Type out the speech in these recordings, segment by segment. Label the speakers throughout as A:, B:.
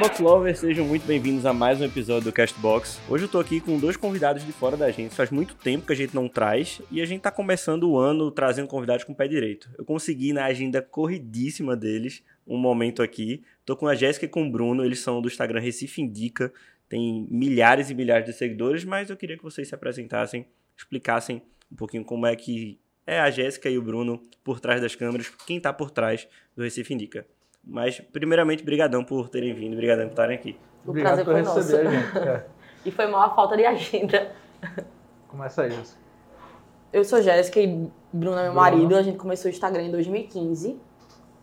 A: Box Lovers, sejam muito bem-vindos a mais um episódio do Castbox. Hoje eu tô aqui com dois convidados de fora da gente. Faz muito tempo que a gente não traz e a gente tá começando o ano trazendo convidados com o pé direito. Eu consegui na agenda corridíssima deles um momento aqui. Tô com a Jéssica e com o Bruno, eles são do Instagram Recife Indica, tem milhares e milhares de seguidores, mas eu queria que vocês se apresentassem, explicassem um pouquinho como é que é a Jéssica e o Bruno por trás das câmeras, quem tá por trás do Recife Indica. Mas, primeiramente, brigadão por terem vindo, brigadão por estarem aqui.
B: O Obrigado prazer
C: por
B: foi
C: receber a gente. É.
B: E foi mal a falta de agenda.
C: Começa aí, Jéssica.
B: Eu sou Jéssica e Bruno é meu
C: Bruno.
B: marido. A gente começou o Instagram em 2015.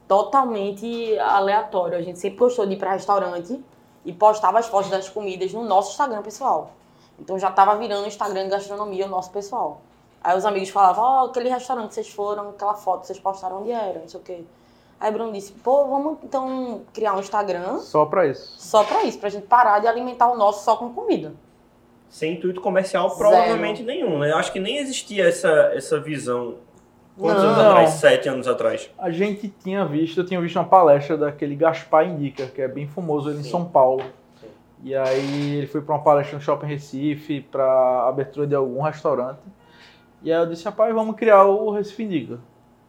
B: Totalmente aleatório. A gente sempre gostou de ir para restaurante e postava as fotos das comidas no nosso Instagram pessoal. Então já tava virando o Instagram de gastronomia o nosso pessoal. Aí os amigos falavam, ó, aquele restaurante que vocês foram, aquela foto que vocês postaram onde era, não sei o quê. Aí Bruno disse, pô, vamos então criar um Instagram
C: Só pra isso.
B: Só pra isso, pra gente parar de alimentar o nosso só com comida.
A: Sem intuito comercial,
B: Zero.
A: provavelmente nenhum, né? Eu acho que nem existia essa, essa visão. Quantos
C: Não.
A: anos atrás? Sete anos atrás.
C: A gente tinha visto, eu tinha visto uma palestra daquele Gaspar Indica, que é bem famoso ele em
A: Sim.
C: São Paulo.
A: Sim.
C: E aí ele foi pra uma palestra no Shopping Recife, pra abertura de algum restaurante. E aí eu disse, rapaz, vamos criar o Recife Indica.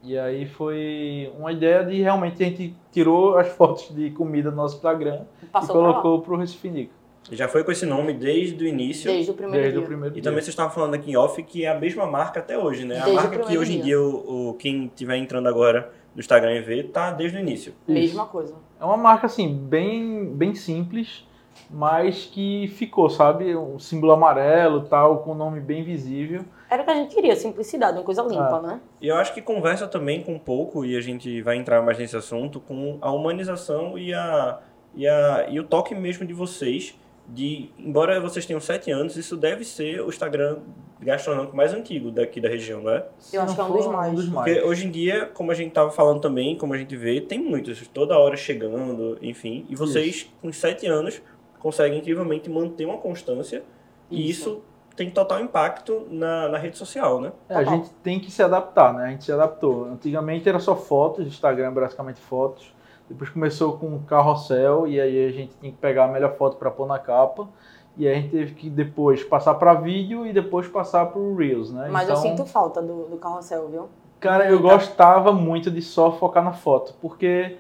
C: E aí foi uma ideia de realmente a gente tirou as fotos de comida do nosso Instagram
B: Passou
C: e
B: pra lá.
C: colocou pro Recife Indica.
A: Já foi com esse nome desde o início.
B: Desde o primeiro
C: Desde o
B: dia.
A: E
C: primeiro dia.
A: também vocês estavam falando aqui em off que é a mesma marca até hoje, né?
B: Desde
A: a
B: o
A: marca que
B: primeiro
A: hoje em
B: dia.
A: dia o, o- quem estiver entrando agora no Instagram e vê, tá desde o início.
C: Isso.
B: Mesma coisa.
C: É uma marca assim, bem, bem simples, mas que ficou, sabe? Um símbolo amarelo tal, com um nome bem visível.
B: Era o que a gente queria, simplicidade, uma coisa limpa,
C: Ah,
B: né?
A: E eu acho que conversa também com um pouco, e a gente vai entrar mais nesse assunto, com a humanização e, a, e, a, e o toque mesmo de vocês. De, embora vocês tenham sete anos, isso deve ser o Instagram gastronômico mais antigo daqui da região, não é?
C: Se
B: acho
C: não
B: que é um
C: for,
B: dos mais.
A: Porque hoje em dia, como a gente estava falando também, como a gente vê, tem muitos, toda hora chegando, enfim. E vocês, com sete anos, conseguem incrivelmente manter uma constância. E
B: Isso.
A: isso tem total impacto na, na rede social, né?
C: É, a
B: Total.
C: gente tem que se adaptar, né? A gente se adaptou. Antigamente era só fotos, Instagram basicamente fotos. Depois começou com um carrossel e aí a gente tinha que pegar a melhor foto para pôr na capa. E aí a gente teve que depois passar para vídeo e depois passar para o Reels, né?
B: Mas
C: então...
B: eu sinto falta do, do carrossel, viu?
C: Cara, eu gostava muito de só focar na foto, porque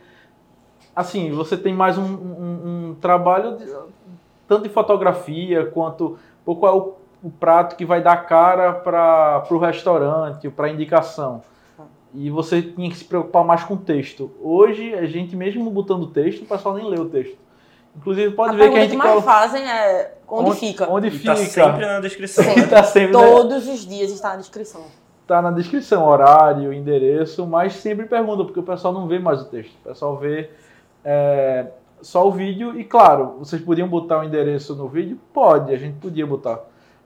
C: assim, você tem mais um, um- um trabalho de- tanto de fotografia quanto pô, qual é o, o prato que vai dar cara para o restaurante, para indicação. E você tinha que se preocupar mais com o texto. Hoje, a gente mesmo botando texto, o pessoal nem lê o texto. Inclusive, pode
B: a
C: ver que
B: pergunta
C: a
B: que,
C: gente
B: Ah, é mais
C: colo-
B: fazem é onde,
C: Onde-
B: fica.
C: onde
A: E
C: fica.
A: tá sempre na descrição.
B: Sempre.
C: Tá sempre na-
B: Todos os dias está na descrição.
C: tá na descrição, horário, endereço, mas sempre pergunta, porque o pessoal não vê mais o texto. O pessoal vê é, só o vídeo e, claro, vocês podiam botar o endereço no vídeo? Pode, a gente podia botar.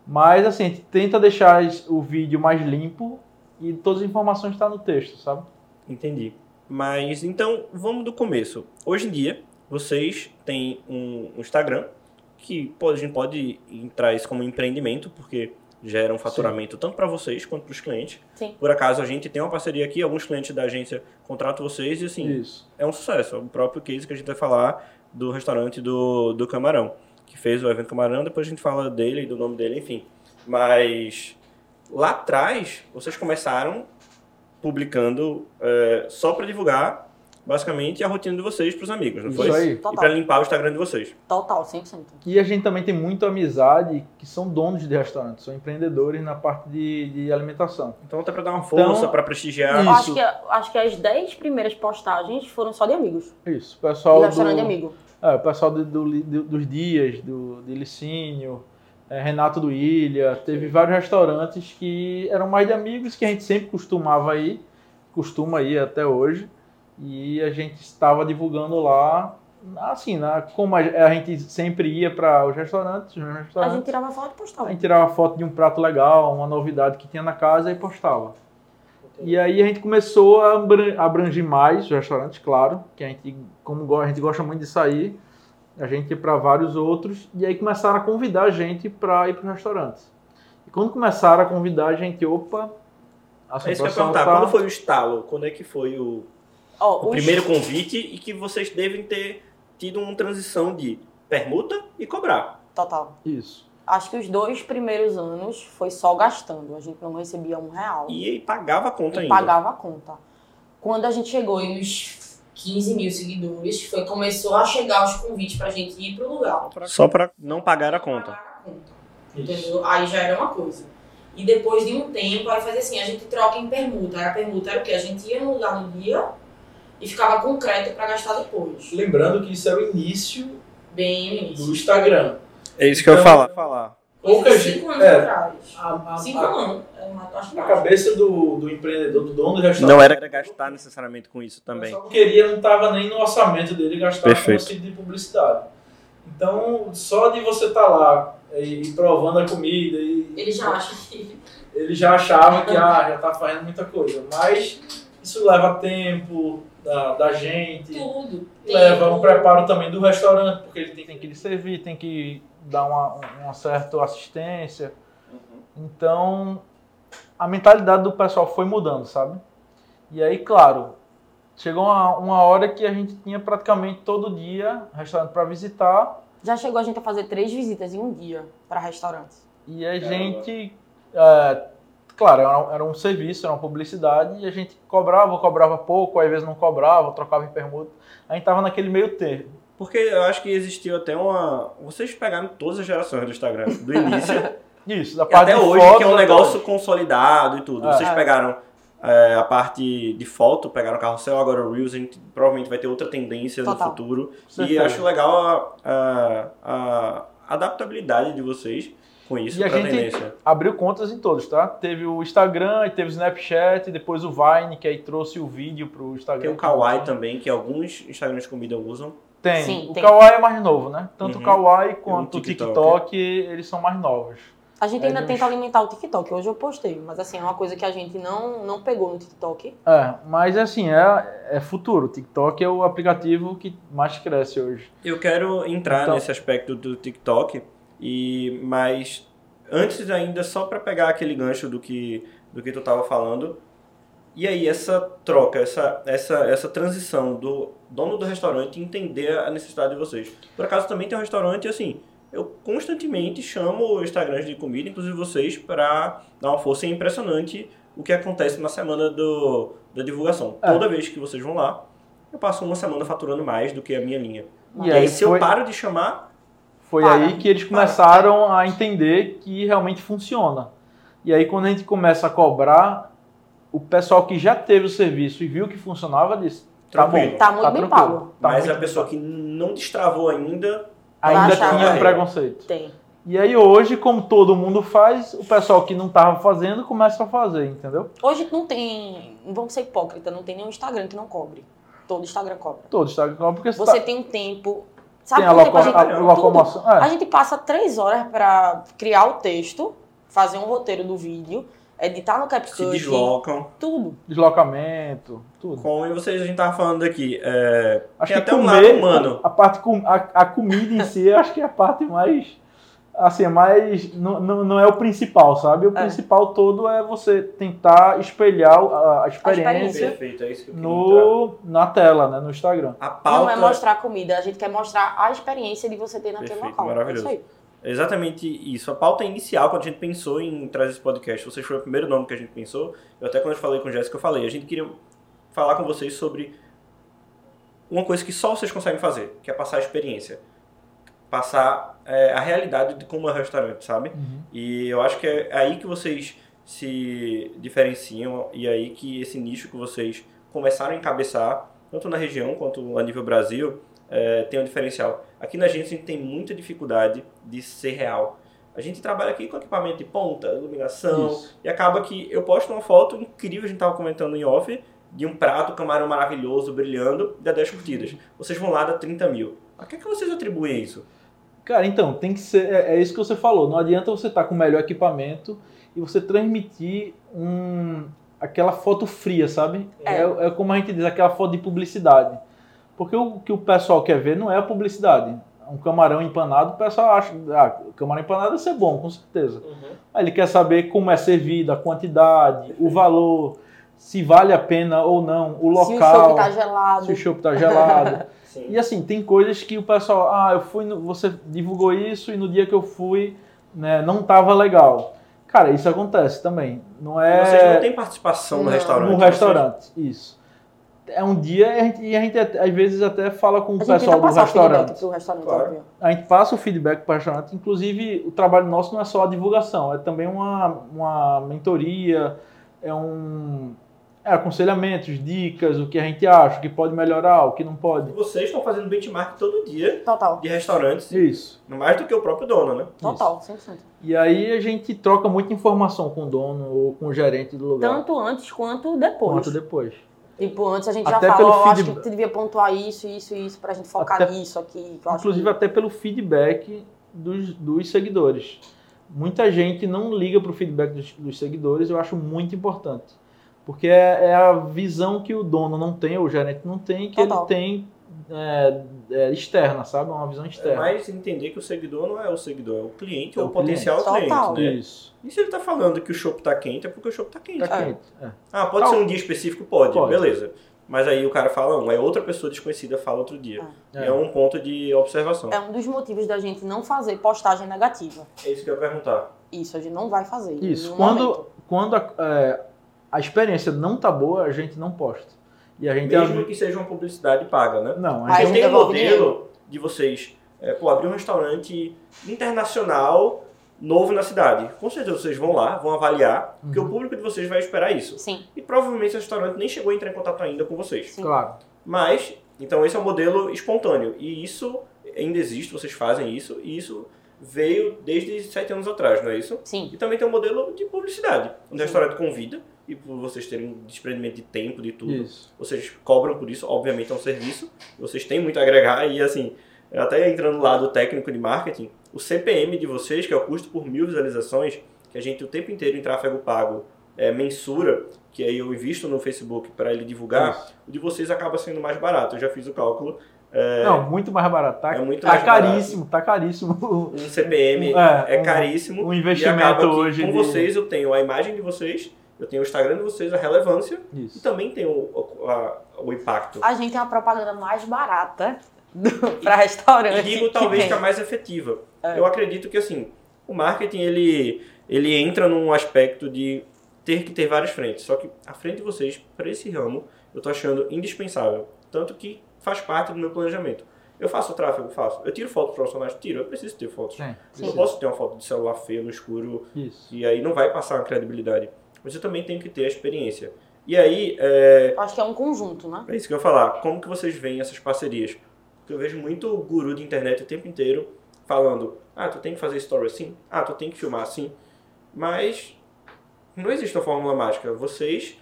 C: Mas, assim, a gente tenta deixar es- o vídeo mais limpo e todas as informações estão no texto, sabe?
A: Entendi. Mas então, vamos do começo. Hoje em dia, vocês têm um um Instagram que pode, a gente pode entrar isso como empreendimento, porque gera um faturamento tanto para vocês quanto para os clientes.
B: Sim.
A: Por acaso, a gente tem uma parceria aqui, alguns clientes da agência contratam vocês e assim,
C: Isso.
A: é um sucesso. O próprio case que a gente vai falar do restaurante do, do Camarão, que fez o evento Camarão, depois a gente fala dele e do nome dele, enfim. Mas lá atrás, vocês começaram publicando é, só para divulgar, basicamente, a rotina de vocês para os amigos, não
C: Isso
A: foi?
C: aí.
A: E para
B: Total.
A: limpar o Instagram de vocês.
B: Total, 100%.
C: E a gente também tem muita amizade que são donos de restaurantes, são empreendedores na parte de, de alimentação.
A: Então, até para dar uma força,
C: Então,
A: para prestigiar.
B: Eu
C: Isso.
B: acho que, acho que as 10 primeiras postagens foram só de amigos.
C: Isso, o
B: De
C: pessoal
B: restaurante de
C: do-
B: amigo.
C: É, o pessoal do, do- do- dos Dias, do, de Licínio, é, Renato do Ilha, teve vários restaurantes que eram mais de amigos que a gente sempre costumava ir, costuma ir até hoje, e a gente estava divulgando lá, assim, né, como a, a gente sempre ia para os restaurantes, os mesmos
B: A
C: restaurantes,
B: gente tirava foto e postava.
C: a gente tirava foto de um prato legal, uma novidade que tinha na casa e postava. E aí a gente começou a abran- abranger mais os restaurantes, claro, que a gente, como go- a gente gosta muito de sair, a gente ia para vários outros, e aí começaram a convidar a gente para ir para os restaurantes. E quando começaram a convidar a gente, opa, a
A: É isso que eu ia
C: assombração
A: perguntar.
C: tá-
A: Quando foi o estalo? Quando é que foi o,
B: Ó,
A: o
B: os-
A: primeiro convite e que vocês devem ter tido uma transição de permuta e cobrar?
B: Total.
C: Isso.
B: Acho que os dois primeiros anos foi só gastando. A gente não recebia um real.
A: E aí pagava a conta
B: e
A: ainda.
B: pagava a conta.
D: Quando a gente chegou em uns 15 mil seguidores, foi começou a chegar os convites pra gente ir pro lugar.
A: Só para não pagar a conta.
D: Pagar a conta, Entendeu? Aí já era uma coisa. E depois de um tempo, aí fazia assim, a gente troca em permuta. Aí a permuta era o quê? A gente ia no lugar no dia e ficava com crédito pra gastar depois.
E: Lembrando que isso é o início
D: Bem no início.
E: do Instagram.
A: É isso
E: que eu ia falar.
A: falar.
E: Pouca
D: Coisa de
E: gente-
D: Cinco anos
E: é.
D: atrás.
E: A,
B: Ah,
E: a-
D: Cinco
B: tá.
E: a-
D: anos. é uma- acho que
E: a
D: mais.
E: cabeça do, do empreendedor, do dono do restaurante.
A: Não era gastar necessariamente com isso também.
E: Só não queria, não estava nem no orçamento dele gastar com
A: Perfeito.
E: esse tipo de publicidade. Então, só de você estar lá é, e, e provando a comida, e,
D: Ele já acha que
E: ele já achava que ah, já tá fazendo muita coisa. Mas isso leva tempo da, da gente,
D: tudo.
E: leva um
D: tempo,
E: preparo também do restaurante, porque ele tem
C: Tem
E: que.
C: que lhe servir, tem que dar uma, uma certa assistência.
A: Uhum.
C: Então, a mentalidade do pessoal foi mudando, sabe? E aí, claro, chegou uma, uma hora que a gente tinha praticamente todo dia restaurante para visitar
B: Já chegou a gente a fazer três visitas em um dia para restaurante.
C: e a
E: Caramba.
C: gente, é, claro, era, um- era um serviço, era uma publicidade e a gente cobrava, cobrava pouco, às vezes não cobrava, trocava em permuta. A gente tava naquele meio termo.
A: Porque eu acho que existiu até uma. Vocês pegaram todas as gerações do Instagram, do início
C: Isso, da
A: E
C: parte
A: até
C: de
A: hoje,
C: foto, né,
A: que é um
C: até
A: negócio
C: hoje.
A: consolidado e tudo.
C: Ah.
A: Vocês pegaram é, a parte de foto, pegaram o carrossel, agora o Reels, a gente provavelmente vai ter outra tendência
B: Total.
A: no futuro. E
C: Certeza.
A: acho legal a, a- a adaptabilidade de vocês com isso,
C: E a
A: pra
C: gente-
A: tendência.
C: abriu contas em todos, tá? Teve o Instagram, aí teve o Snapchat, e depois o Vine, que aí trouxe o vídeo pro Instagram.
A: Tem o Kawaii também, que alguns Instagrams de comida usam.
C: Tem.
B: Sim,
C: o
B: tem.
C: Kawaii é mais novo, né? Tanto
A: Uhum.
C: o Kawaii quanto
A: E
C: o
A: o TikTok. é.
C: TikTok, eles são mais novos.
B: A gente
C: É,
B: ainda
C: de uns-
B: tenta alimentar o TikTok. Hoje eu postei, mas assim, é uma coisa que a gente não, não pegou no TikTok.
C: É, mas assim, é, é futuro. O TikTok é o aplicativo que mais cresce hoje.
A: Eu quero entrar
C: Então-
A: nesse aspecto do TikTok, e mas antes ainda, só para pegar aquele gancho do que, do que tu estava falando, e aí essa troca, essa, essa, essa transição do dono do restaurante entender a necessidade de vocês. Por acaso também tem um restaurante assim, eu constantemente chamo Instagrams de comida, inclusive vocês, para dar uma força. É impressionante o que acontece na semana do, da divulgação.
C: É.
A: Toda vez que vocês vão lá, eu passo uma semana faturando mais do que a minha linha.
C: E
A: E
C: aí
A: aí, se
C: foi-
A: eu paro de chamar,
C: Foi
B: Para.
C: aí que eles começaram
B: é
C: a entender que realmente funciona. E aí, quando a gente começa a cobrar, o pessoal que já teve o serviço e viu que funcionava disse: tá bom.
A: Tranquilo.
B: Tá muito bem
C: tranquilo,
B: pago.
C: tá
A: mas
C: muito
A: a pessoa que não destravou ainda,
B: Vai
C: ainda
B: achar
C: tinha um
A: que-
C: preconceito.
B: Tem.
C: E aí hoje, como todo mundo faz, o pessoal que não tava fazendo começa a fazer, entendeu?
B: Hoje não tem. Vamos ser hipócrita, não tem nenhum Instagram que não cobre. Todo Instagram cobra.
C: Todos, tá? Porque
B: Você
C: tá-
B: tem um tempo. Sabe
C: tem a,
B: quanto tempo
C: loco-
B: a gente.
C: a
B: tudo?
C: locomoção.
B: A
C: É,
B: gente passa três horas pra criar o texto, fazer um roteiro do vídeo, editar no
A: se
B: CapCut,
A: deslocam.
B: tudo.
C: deslocamento, tudo.
A: Como vocês, a gente tava falando aqui, é,
C: Acho
A: Tem
C: que
A: até um
C: comer,
A: lado humano.
C: A, parte com, a, a comida em si, eu acho que é a parte mais. Assim, é mais. Não, não, não é o principal, sabe? O
B: É.
C: principal todo é você tentar espelhar a, a experiência,
B: experiência.
A: perfeito, é isso que eu queria entrar.
C: no, na tela, né? No Instagram.
A: A
B: Não
A: pauta,
B: é mostrar a comida, a gente quer mostrar a experiência de você ter naquele
A: Perfeito,
B: local.
A: maravilhoso.
B: É isso aí.
A: é exatamente isso. A pauta inicial, quando a gente pensou em trazer esse podcast, vocês foram o primeiro nome que a gente pensou. Eu até quando eu falei com o Jéssica, eu falei, a gente queria falar com vocês sobre uma coisa que só vocês conseguem fazer, que é passar a experiência. Passar é, a realidade de como é o restaurante, sabe? E eu acho que é aí que vocês se diferenciam e aí que esse nicho que vocês começaram a encabeçar, tanto na região quanto a nível Brasil, eh, tem um diferencial. Aqui na gente a gente tem muita dificuldade de ser real. A gente trabalha aqui com equipamento de ponta, iluminação,
C: Isso.
A: e acaba que eu posto uma foto incrível, a gente tava comentando em off, de um prato, camarão maravilhoso, brilhando, e dá 10 curtidas. Vocês vão lá, dá 30 mil. A que, é que vocês atribuem isso?
C: Cara, então, tem que ser. É, é isso que você falou. Não adianta você estar com o melhor equipamento e você transmitir um, aquela foto fria, sabe?
B: É.
C: É. é como a gente diz, aquela foto de publicidade. Porque o que o pessoal quer ver não é a publicidade. um camarão empanado, o pessoal acha, ah, camarão empanado deve ser bom, com certeza. Aí ele quer saber como é servido, a quantidade, o valor, se vale a pena ou não, o
B: Se o chope
C: local,
B: tá gelado.
C: se o chopp tá gelado.
A: Sim.
C: E assim, tem coisas que o pessoal, ah, eu fui, no- você divulgou isso e no dia que eu fui, né, não tava legal. Cara, isso acontece também. Não é
A: Vocês não têm participação no
B: Não.
A: restaurante.
C: no
A: vocês-
C: restaurante, isso. É um dia e a gente, e a gente até- às vezes até fala com o
B: A gente
C: pessoal
B: tenta
C: do
B: passar
C: restaurante.
B: feedback pro restaurante,
A: Claro.
B: óbvio.
C: A gente passa o feedback para o restaurante. Inclusive, o trabalho nosso não é só a divulgação, é também uma, uma mentoria, é um é aconselhamentos, dicas, o que a gente acha, o que pode melhorar, o que não pode.
A: Vocês estão fazendo benchmark todo dia
B: Total,
A: de restaurantes,
C: Isso.
A: mais do que o próprio dono, né?
B: total, 100%.
C: E aí a gente troca muita informação com o dono ou com o gerente do lugar.
B: Tanto antes quanto depois.
C: quanto depois.
B: Tipo, antes a gente
C: Até
B: já
C: pelo
B: falou, ó, acho
C: feedback.
B: que tu devia pontuar isso, isso, isso, pra gente focar
C: Até-
B: nisso aqui.
A: Então, assim,
B: que eu acho que-
C: Inclusive até pelo feedback dos, dos seguidores. Muita gente não liga para o feedback dos, dos seguidores, eu acho muito importante. Porque é, é a visão que o dono não tem, ou o gerente não tem, que
B: Total.
C: ele tem é, é, externa, sabe? É uma visão
A: É
C: externa.
A: mais entender que o seguidor não é o seguidor, é o cliente
C: É
A: ou
C: o
A: o potencial cliente,
B: cliente. Total.
A: né?
C: Isso.
A: E se ele tá falando que o chopp tá quente, é porque o chopp tá quente.
C: Tá
A: né?
C: quente. É.
A: Ah, pode
C: Tá.
A: ser um dia específico? Pode,
C: Pode.
A: beleza. Mas aí o cara fala um, aí outra pessoa desconhecida fala outro dia. É,
C: É.
A: um ponto de observação.
B: É um dos motivos da gente não fazer postagem negativa.
A: É isso que eu ia perguntar.
B: Isso, a gente não vai fazer. em
C: Isso.
B: nenhum momento.
C: Quando, quando a, é, a experiência não tá boa, a gente não posta. E a gente
A: Mesmo que seja uma publicidade paga, né?
C: Não, a
B: Mas
A: Mas
C: gente
B: não
A: tem um
B: devolve
A: modelo de vocês, é, pô, abrir um restaurante internacional novo na cidade. Com certeza vocês vão lá, vão avaliar, porque
C: Uhum.
A: o público de vocês vai esperar isso.
B: Sim,
A: E provavelmente esse restaurante nem chegou a entrar em contato ainda com vocês.
B: sim.
C: Claro.
A: Mas, então esse é um modelo espontâneo. E isso ainda existe, vocês fazem isso, e isso veio desde sete anos atrás, não é isso?
B: Sim,
A: E também tem um modelo de publicidade. Um
B: Sim.
A: restaurante convida, e por vocês terem um desprendimento de tempo, de tudo,
C: Isso.
A: vocês cobram por isso, obviamente é um serviço, vocês têm muito a agregar e assim, até entrando lá do técnico de marketing, o CPM de vocês, que é o custo por mil visualizações, que a gente o tempo inteiro em tráfego pago é, mensura, que aí eu invisto no Facebook para ele divulgar,
C: Isso.
A: o de vocês acaba sendo mais barato, eu já fiz o cálculo, é,
C: Não, muito mais barato. Tá,
A: É muito
C: tá
A: mais
C: caríssimo, tá caríssimo.
A: um CPM
C: É,
A: é,
C: um-
A: caríssimo,
C: O
A: e acaba
C: investimento
A: que
C: hoje.
A: com
C: de-
A: vocês eu tenho a imagem de vocês, eu tenho o Instagram de vocês, a relevância, e
C: Isso.
A: também tenho o, a- o impacto.
B: a gente é a propaganda mais barata do, pra
A: E
B: restaurante.
A: digo talvez
B: É, tem.
A: que é a mais efetiva. Eu acredito que assim, o marketing ele, ele entra num aspecto de ter que ter várias frentes. Só que a frente de vocês, para esse ramo, eu tô achando indispensável. Tanto que faz parte do meu planejamento. Eu faço tráfego? Faço. Eu tiro fotos profissionais? Tiro. Eu preciso ter fotos.
C: Sim,
A: Eu não
C: isso.
A: posso ter uma foto de celular feia no escuro
C: Isso.
A: e aí não vai passar a credibilidade. Mas eu também tenho que ter a experiência. E aí, é,
B: Eu Acho que é um conjunto, né?
A: é isso que eu ia falar. Como que vocês veem essas parcerias? Porque eu vejo muito guru de internet o tempo inteiro falando: ah, tu tem que fazer story assim, ah, tu tem que filmar assim. Mas não existe uma fórmula mágica. Vocês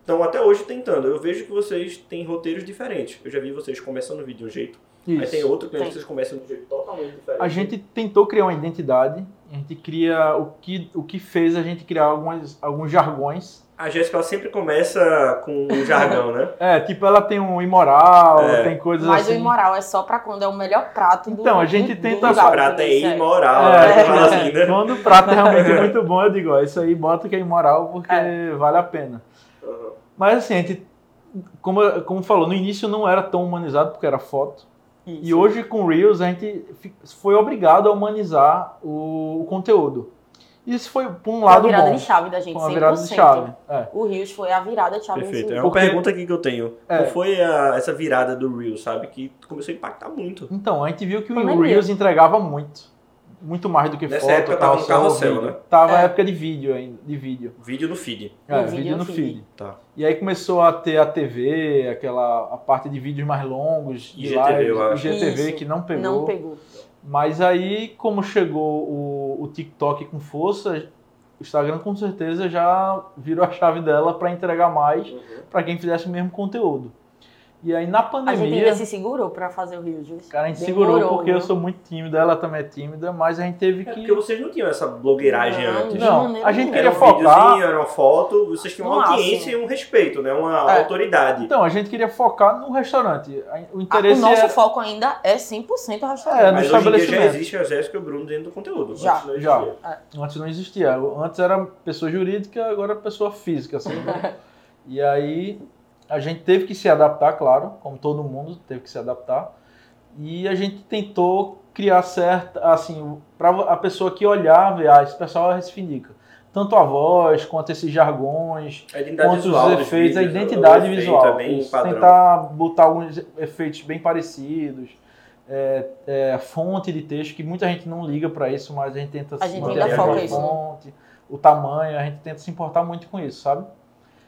A: estão até hoje tentando. Eu vejo que vocês têm roteiros diferentes. Eu já vi vocês começando o vídeo de um jeito, aí tem
C: Isso.
A: outro cliente que
B: Tem.
A: vocês começam de um jeito totalmente diferente.
C: A gente tentou criar uma identidade, a gente cria o que, o que fez a gente criar algumas, alguns jargões.
A: A Jéssica ela sempre começa com um jargão, né?
C: É, tipo, ela tem um imoral,
A: É.
C: tem coisas
B: Mas o
C: assim.
B: imoral é só pra quando é o melhor prato do
C: Então, a gente
B: do
C: tenta-
A: Esse
B: lugar,
A: prato é
B: entendeu?
A: imoral,
C: É,
A: né? Fala assim, né?
C: Quando o prato é realmente muito bom, eu digo, ó, isso aí bota que é imoral porque vale a pena. Mas assim, a gente, como, como falou, no início não era tão humanizado porque era foto.
B: Isso.
C: E hoje com o Reels a gente fi- foi obrigado a humanizar o, o conteúdo. Isso foi por um
B: Foi a
C: lado
B: É virada
C: bom,
B: de chave da gente,
C: foi uma
B: 100%.
C: virada de chave. É.
B: O Rios foi a virada de chave
A: Perfeito. É
B: desse
A: uma
C: Porque-
A: pergunta aqui que eu tenho.
C: É.
A: Qual foi a- essa virada do Reel, sabe? Que começou a impactar muito.
C: Então a gente viu que o
B: Pandemia.
C: Reels entregava muito, muito mais do que
A: Nessa
C: foto.
A: época tava no
C: só o
A: carrossel,
C: vídeo.
A: né?
C: Tava a
B: É.
C: época de vídeo ainda, de vídeo.
A: Vídeo no feed.
C: É,
B: No
C: vídeo,
B: vídeo
C: no
B: no
C: feed.
A: Tá.
C: E aí começou a ter a TV, aquela a parte de vídeos mais longos, de
A: IGTV,
C: lives,
A: eu acho.
C: IGTV
B: Isso.
C: que não pegou.
B: Não pegou.
C: Mas aí, como chegou o, o TikTok com força, o Instagram com certeza
B: Uhum.
C: já virou a chave dela para entregar mais para quem fizesse o mesmo conteúdo. E aí na
B: A gente
C: pandemia.
B: ainda se segurou pra fazer o Rio Juiz.
C: Cara, a gente
B: Demorou, né?
C: segurou porque eu
B: viu?
C: sou muito tímida, ela também é tímida, mas a gente teve
A: É
C: que.
A: porque vocês não tinham essa blogueiragem
B: Não,
A: antes.
B: de
C: Não,
B: maneira
C: a gente
B: nenhuma.
A: Era
C: queria
A: um
C: focar.
A: videozinho, era uma foto, vocês tinham
B: No
A: uma audiência
B: máximo.
A: e um respeito, né? Uma
C: É.
A: autoridade.
C: Então, a gente queria focar no restaurante. A- O
B: Ah,
C: interesse
B: o nosso
C: era-
B: foco ainda é 100% o
C: É,
B: restaurante.
C: no
A: Mas hoje em dia já
C: estabelecimento.
A: existe a Jéssica e o Bruno dentro do conteúdo.
B: Já,
A: Antes não
C: já.
A: existia.
C: Antes não existia. Antes era pessoa jurídica, agora é pessoa física, assim. né? e aí a gente teve que se adaptar, claro, como todo mundo teve que se adaptar. E a gente tentou criar certa, assim, para a pessoa que olhar, ver, ah, esse pessoal é Recifinica. Tanto a voz, quanto esses jargões,
A: A identidade
C: quanto
A: É visual.
C: os
A: dos
C: efeitos, a
A: vídeos, né?
C: identidade
A: o efeito
C: visual.
A: É bem
C: Isso, tá
A: padrão.
C: tentar botar alguns efeitos bem parecidos. É, é, fonte de texto, que muita gente não liga para isso, mas a gente tenta
B: A gente
A: ainda
C: ali
A: foca
C: com a
A: isso,
B: né?
C: fonte, o tamanho, a gente tenta se importar muito com isso, sabe?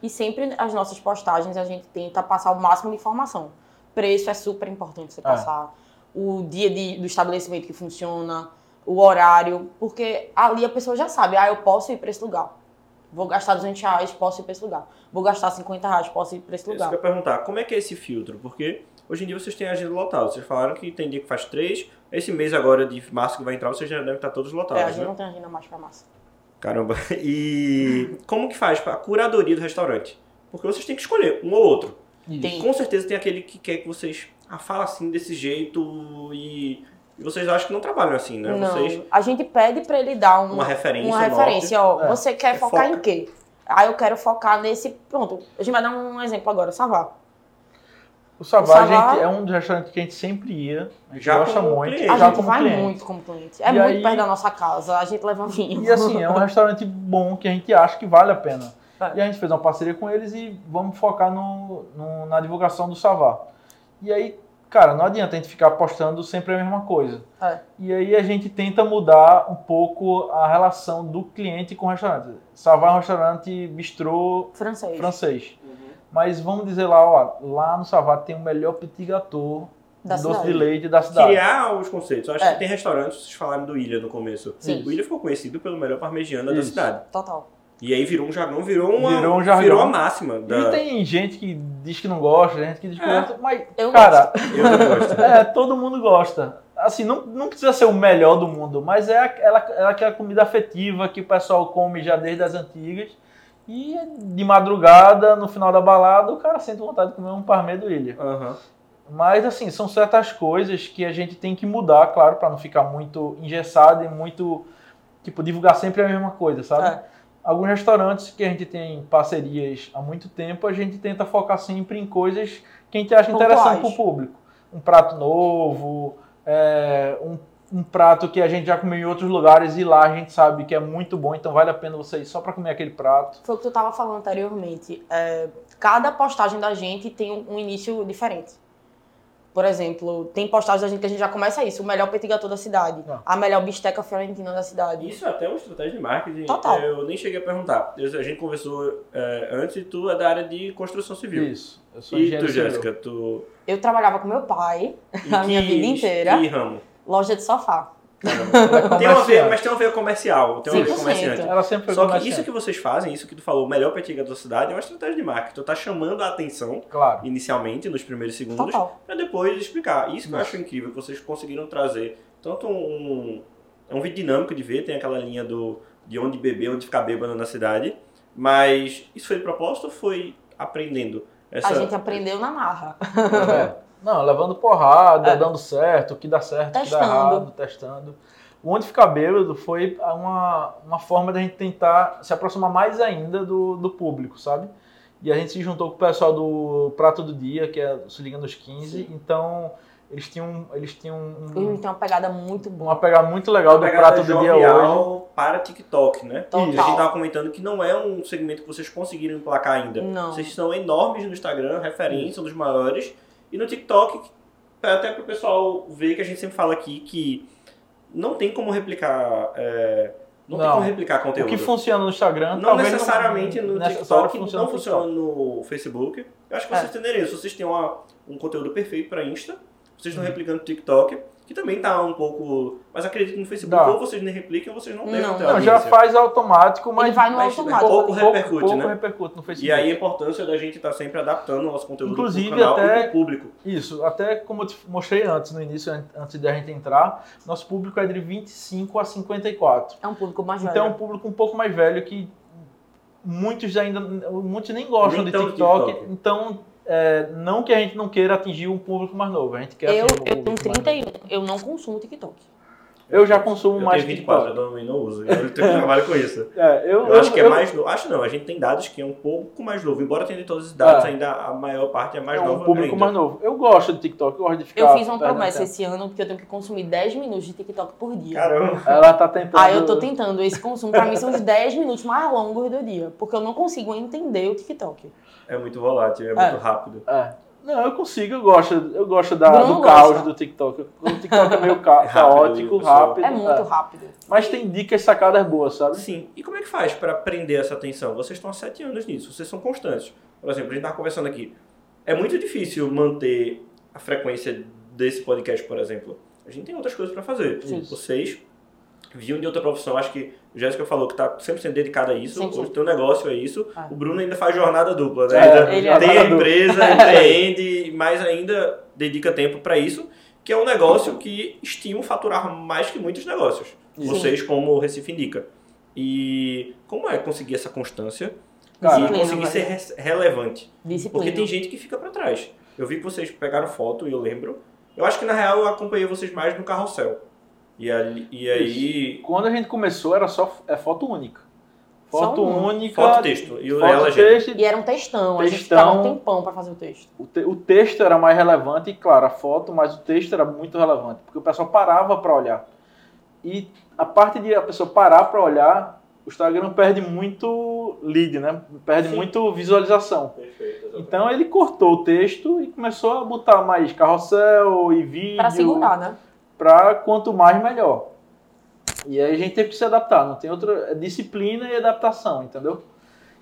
B: E sempre as nossas postagens a gente tenta passar o máximo de informação. Preço é super importante você
C: É.
B: passar. O dia de- do estabelecimento que funciona, o horário, porque ali a pessoa já sabe, ah, eu posso ir para esse lugar. Vou gastar 200 reais, posso ir para esse lugar. Vou gastar 50 reais, posso ir para esse
A: Isso
B: lugar.
A: que eu ia perguntar, como é que é esse filtro? Porque hoje em dia vocês têm agenda lotada. Vocês falaram que tem dia que faz três. Esse mês agora de março que vai entrar, vocês já devem estar todos
B: É, a
A: lotados,
B: gente
A: né?
B: não tem agenda mais para massa.
A: Caramba. E como que faz a curadoria do restaurante? Porque vocês têm que escolher um ou outro.
B: Tem.
A: Com certeza tem aquele que quer que vocês ah, fala assim desse jeito e, e vocês acham que não trabalham assim, né?
B: Não,
A: Vocês
B: a gente pede para ele dar um,
A: uma referência,
B: uma
A: um
B: referência, ó.
C: É.
B: Você quer
A: É
B: focar
A: foca.
B: em quê? Ah, eu quero focar nesse. Pronto, a gente vai dar um exemplo agora, Savá.
C: O Savá,
B: O Savá-
C: a gente- é um dos restaurantes que a gente sempre ia, a gente
A: Já
C: gosta
A: como
C: muito,
A: cliente.
B: A
C: já
B: gente
C: como
B: vai
C: cliente.
B: muito como cliente. É
C: E
B: muito
C: aí-
B: perto da nossa casa, a gente leva vinho.
C: E assim, é um restaurante bom que a gente acha que vale a pena.
B: É.
C: E a gente fez uma parceria com eles e vamos focar no, no- na divulgação do Savá. E aí, cara, não adianta a gente ficar postando sempre a mesma coisa.
B: É.
C: E aí a gente tenta mudar um pouco a relação do cliente com o restaurante. Savá é um restaurante bistrô
B: Francês.
C: francês.
A: Uhum.
C: Mas vamos dizer lá, ó, lá no Savá tem o melhor petit gâteau
B: Da
C: de doce
B: cidade.
C: de leite da cidade.
A: Criar os conceitos. Eu acho
B: É.
A: que tem restaurantes, vocês falaram do Ilha no começo.
B: Sim.
A: O Ilha ficou conhecido pelo melhor parmegiana da
C: Isso.
A: cidade.
B: Total.
A: E aí virou um jargão, virou uma,
C: Virou um jargão.
A: virou a máxima.
C: E
A: Da...
C: tem gente que diz que não gosta, gente que diz que
A: É.
C: gosta, mas,
B: Eu
C: cara,
A: Eu não gosto.
C: é, todo mundo gosta. Assim, não, não precisa ser o melhor do mundo, mas é aquela, é aquela comida afetiva que o pessoal come já desde as antigas. E de madrugada, no final da balada, o cara sente vontade de comer um parmê do ilha.
A: Aham.
C: Mas assim, são certas coisas que a gente tem que mudar, claro, para não ficar muito engessado e muito tipo divulgar sempre a mesma coisa, sabe?
B: É.
C: Alguns restaurantes que a gente tem parcerias há muito tempo, a gente tenta focar sempre em coisas que a gente acha
B: Pontuais.
C: interessante para o público. Um prato novo, é, um, um prato que a gente já comeu em outros lugares e lá a gente sabe que é muito bom, então vale a pena você ir só para comer aquele prato.
B: Foi o que tu tava falando anteriormente. É, cada postagem da gente tem um, um início diferente. Por exemplo, tem postagem da gente que a gente já começa isso. O melhor petit gâteau da cidade.
C: Ah.
B: A melhor bisteca fiorentina da cidade.
A: Isso é até uma estratégia de marketing.
B: Total.
A: Eu nem cheguei a perguntar. Eu- a gente conversou é, antes e tu é da área de construção civil.
C: Isso. Eu sou
A: E
C: engenheiro
A: tu,
C: civil.
A: Jéssica, tu.
B: Eu trabalhava com meu pai,
A: em
B: A minha
A: que-
B: vida inteira.
A: Que ramo?
B: loja de sofá.
A: Caramba. tem uma veia, mas tem uma veia comercial. Tem uma veia
B: 100%.
A: comerciante.
C: É Ela sempre foi
A: Só que
C: comerciante.
A: isso que vocês fazem, isso que tu falou, o melhor petiga da cidade, é uma estratégia de marketing. Tu tá chamando a atenção
C: Claro.
A: inicialmente, nos primeiros
C: Uhum.
A: segundos,
B: Total.
A: pra depois explicar. Isso que eu
C: Isso.
A: acho incrível, que vocês conseguiram trazer tanto um. É um vídeo dinâmico de ver, tem aquela linha do de onde beber, onde ficar bêbado na cidade. Mas isso foi de propósito ou foi aprendendo? Essa...
B: A gente aprendeu na marra.
C: É. Não, levando porrada,
B: É.
C: dando certo, o que dá certo, o que dá
B: Testando.
C: errado, testando. O Onde Ficar Bêbado foi uma, uma forma da gente tentar se aproximar mais ainda do, do público, sabe? E a gente se juntou com o pessoal do Prato do Dia, que é o Se Liga nos 15, então eles tinham, eles tinham
B: Ele
C: um,
B: tem uma pegada muito boa.
C: uma pegada muito legal do
A: Uma pegada
C: Prato do Dia
A: jovial
C: hoje.
A: para TikTok, né?
B: Total.
A: A gente tava comentando que não é um segmento que vocês conseguiram emplacar ainda.
B: Não.
A: Vocês são enormes no Instagram, referência, um dos maiores. E no TikTok, até pro pessoal ver que a gente sempre fala aqui que não tem como replicar. é, não, tem
C: Não.
A: como replicar
C: O
A: conteúdo.
C: que funciona no Instagram
A: não
C: talvez
A: necessariamente no
C: necessariamente
A: TikTok,
C: funcione
A: não funciona no Facebook. Eu acho que
B: É.
A: vocês entenderem isso. Vocês têm uma- um conteúdo perfeito para Insta, vocês estão
C: Uhum.
A: replicando no TikTok. Que também tá um pouco. Mas acredito que no Facebook,
C: Dá.
A: ou vocês nem replicam, ou vocês não devem
B: Não.
A: ter
C: Não, já
A: audiência.
C: faz automático, mas
B: Ele vai no
A: mas-
B: automático.
A: pouco
B: ali.
A: re- repercute,
C: pouco
A: né?
C: repercute no Facebook.
A: E aí a importância da gente estar sempre adaptando o nosso conteúdo
C: Inclusive,
A: pro canal e
C: até-
A: pro público.
C: Isso, até como eu te mostrei antes, no início, an- antes de a gente entrar, nosso público é de 25 a 54.
B: É um público mais velho.
C: Então é um público um pouco mais velho que muitos ainda, muitos nem gostam
A: Nem
C: de
A: tanto
C: TikTok,
A: TikTok.
C: Então, é, não que a gente não queira atingir um público mais novo, a gente quer
B: eu,
C: atingir um
B: eu tenho
C: público mais
B: 31, eu não consumo TikTok.
C: novo. Eu já consumo
A: Eu
C: mais
A: tenho 24, eu também não uso. Eu trabalho com isso.
C: É, eu,
A: Eu acho que é
C: eu-
A: mais novo. Acho não, a gente tem dados que é um pouco mais novo. Embora tenha de todas as idades,
C: É.
A: ainda a maior parte é mais
C: é um
A: nova.
C: público
A: ainda.
C: mais novo. Eu gosto de TikTok, eu gosto de ficar.
B: Eu fiz uma
C: perdendo
B: promessa
C: tempo.
B: esse ano porque eu tenho que consumir 10 minutos de TikTok por dia.
A: Caramba.
C: Ela tá tentando.
B: Aí Ah, eu tô tentando. Esse consumo pra mim são os 10 minutos mais longos do dia. Porque eu não consigo entender o TikTok.
A: É muito volátil, é muito
C: É.
A: rápido.
C: É. Não, eu consigo, eu gosto, eu gosto da-
B: Bruno
C: do caos
B: gosta.
C: do TikTok. O TikTok é meio ca-
A: É rápido,
C: caótico,
A: pessoal.
C: rápido.
B: É muito
C: é.
B: rápido.
C: Mas tem dicas sacadas boas, sabe?
A: Sim. E como é que faz para prender essa atenção? Vocês estão há sete anos nisso, vocês são constantes. Por exemplo, a gente estava conversando aqui. É muito difícil manter a frequência desse podcast, por exemplo. A gente tem outras coisas para fazer.
B: Sim.
A: Vocês vinham de outra profissão, acho que o Jéssica falou que tá está 100% dedicada a isso,
B: Sim, sim.
A: o teu negócio é isso.
B: Ah.
A: O Bruno ainda faz jornada dupla, né?
C: É,
A: Ainda
B: ele é
A: tem a
C: jornada dupla.
A: empresa, empreende, mas ainda dedica tempo para isso, que é um negócio que estima faturar mais que muitos negócios.
C: Sim.
A: Vocês, como o Recife Indica. E como é conseguir essa constância
C: Cara,
A: e
B: Disciplina,
A: conseguir
B: velho.
A: ser re- relevante?
B: Disciplina.
A: Porque tem gente que fica para trás. Eu vi que vocês pegaram foto, eu lembro. Eu acho que, na real, eu acompanhei vocês mais no carrossel. E, ali- e aí...
C: Quando a gente começou, era só é foto única.
B: Só
C: Foto
B: uma.
C: única.
A: Foto texto. E
C: foto,
A: ela, gente.
C: texto.
B: E era um textão. A gente
C: Textão.
B: tava um tempão pra fazer o texto.
C: O, te- o texto era mais relevante, e claro, a foto, mas o texto era muito relevante, porque o pessoal parava para olhar. E a parte de a pessoa parar para olhar, o Instagram perde muito lead, né? Perde
A: Sim.
C: muito visualização. Então ele cortou o texto e começou a botar mais carrossel e vídeo.
B: Pra segurar, né?
C: Pra quanto mais, melhor. E aí a gente teve que se adaptar, não tem outra. É disciplina e adaptação, entendeu?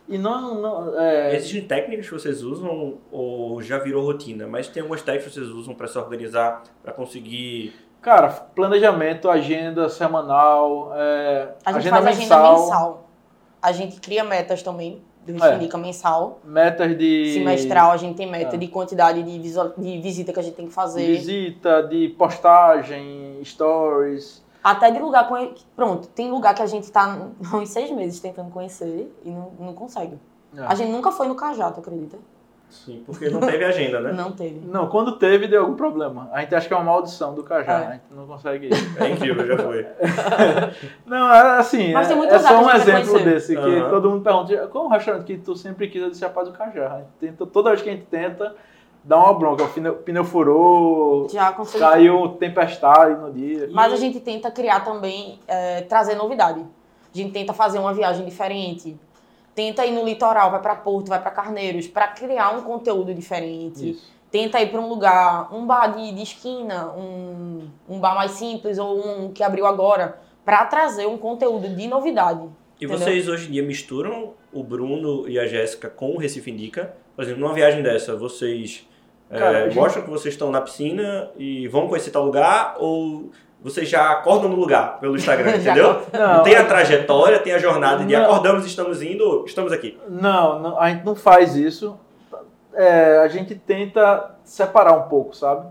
C: E não. não é,
A: Existem técnicas que vocês usam ou já virou rotina? Mas tem algumas técnicas que vocês usam para se organizar, para conseguir...
C: Cara, planejamento, agenda semanal, é,
B: A gente
C: agenda,
B: faz
C: mensal,
B: agenda mensal. A gente cria metas também. Do Recife
C: É.
B: Indica mensal.
C: metas de
B: Semestral, a gente tem meta
C: É.
B: de quantidade de, visual... de visita que a gente tem que
C: de
B: fazer.
C: visita, de postagem, stories.
B: Até de lugar. conhe- Pronto, tem lugar que a gente tá há uns seis meses tentando conhecer e não, não consegue.
C: É.
B: A gente nunca foi no Cajá, tu acredita?
A: Sim, porque não teve agenda, né?
B: Não teve.
C: Não, quando teve, deu algum problema. A gente acha que é uma maldição do Cajá,
B: É.
C: né? a gente não consegue
A: É incrível, já foi.
C: Não, é assim,
B: Mas
C: é,
B: tem muito
C: é
B: lugar
C: só
B: que
C: um
B: a gente quer
C: exemplo
B: conhecer.
C: desse, que
A: Aham.
C: todo mundo pergunta, qual é o restaurante que tu sempre quis? Eu disse, rapaz, o Cajá. A gente tenta- toda vez que a gente tenta, dá uma bronca. O pneu, pneu furou,
B: Já conseguiu.
C: caiu tempestade no dia.
B: Mas a gente tenta criar também, é, trazer novidade. A gente tenta fazer uma viagem diferente. Tenta ir no litoral, vai pra Porto, vai pra Carneiros, pra criar um conteúdo diferente.
C: Isso.
B: Tenta ir pra um lugar, um bar de, de esquina, um, um bar mais simples ou um que abriu agora, pra trazer um conteúdo de novidade.
A: E
B: Entendeu?
A: vocês hoje em dia misturam o Bruno e a Jéssica com o Recife Indica? Por exemplo, numa viagem dessa, vocês eh,
C: Cara, a gente-
A: mostram que vocês estão na piscina e vão conhecer tal lugar ou vocês já acordam no lugar pelo Instagram,
B: Já
A: entendeu?
C: Não,
A: Tem a trajetória, tem a jornada de
C: Não.
A: acordamos, estamos indo, estamos aqui.
C: Não, não, a gente não faz isso. É, a gente tenta separar um pouco, sabe?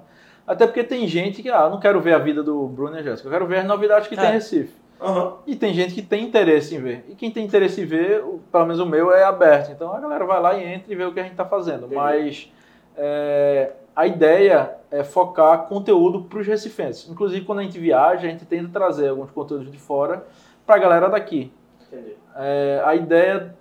C: Até porque tem gente que, ah, eu não quero ver a vida do Bruno e a Jéssica, eu quero ver as novidades que
B: É.
C: tem em Recife.
A: Aham.
C: E tem gente que tem interesse em ver. E quem tem interesse em ver, o- pelo menos o meu, é aberto. Então a galera vai lá e entra e vê o que a gente tá fazendo.
A: Entendi.
C: Mas é, a ideia é focar conteúdo para os recifenses. Inclusive, quando a gente viaja, a gente tenta trazer alguns conteúdos de fora para a galera daqui.
E: Entendi.
C: É, a ideia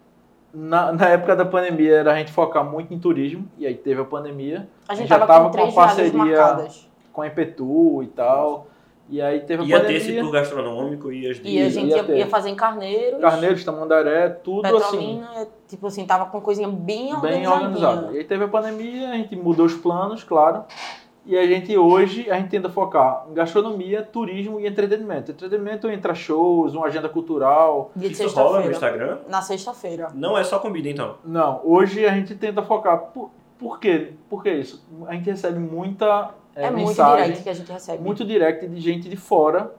C: na, na época da pandemia era a gente focar muito em turismo, e aí teve a pandemia,
B: A gente
C: Já
B: tava,
C: tava
B: com
C: com
B: três
C: uma
B: viagens
C: parceria.
B: marcadas.
C: com a Impetu e tal. E aí teve a
A: Ia ter
C: pandemia.
A: esse tour gastronômico e as né?
B: E a
A: dicas.
C: Isso,
B: gente
C: ia
B: ia,
C: ter.
B: ia fazer em Carneiros,
C: Carneiros, Tamandaré, tudo assim.
B: Petrolina, tipo assim, tava com coisinha bem
C: bem
B: organizadinha.
C: organizado. E aí teve a pandemia, a gente mudou os planos, claro. E a gente hoje a gente tenta focar em gastronomia, turismo e entretenimento. Entretenimento entra shows, uma agenda cultural.
B: Dia de
A: Isso rola no
B: sexta-feira.
A: Instagram?
B: Na sexta-feira.
A: Não é só comida, então.
C: Não, hoje a gente tenta focar. Por, por quê? Por que isso? A gente recebe muita
B: É, muito
C: mensagem,
B: direct que a gente recebe.
C: muito direct de gente de fora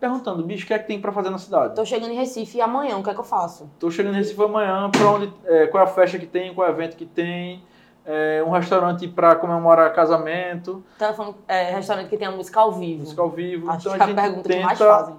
C: perguntando, bicho, o que é que tem pra fazer na cidade?
B: Tô chegando em Recife amanhã, o que é que eu faço?
C: Tô chegando em Recife amanhã, pra onde, é, qual é a festa que tem, qual é o evento que tem, é, um restaurante pra comemorar casamento,
B: Telefone, é, restaurante que tem a música ao vivo.
C: música ao vivo.
B: Acho
C: então
B: que é
C: a
B: a
C: gente
B: pergunta
C: tenta,
B: que mais fazem.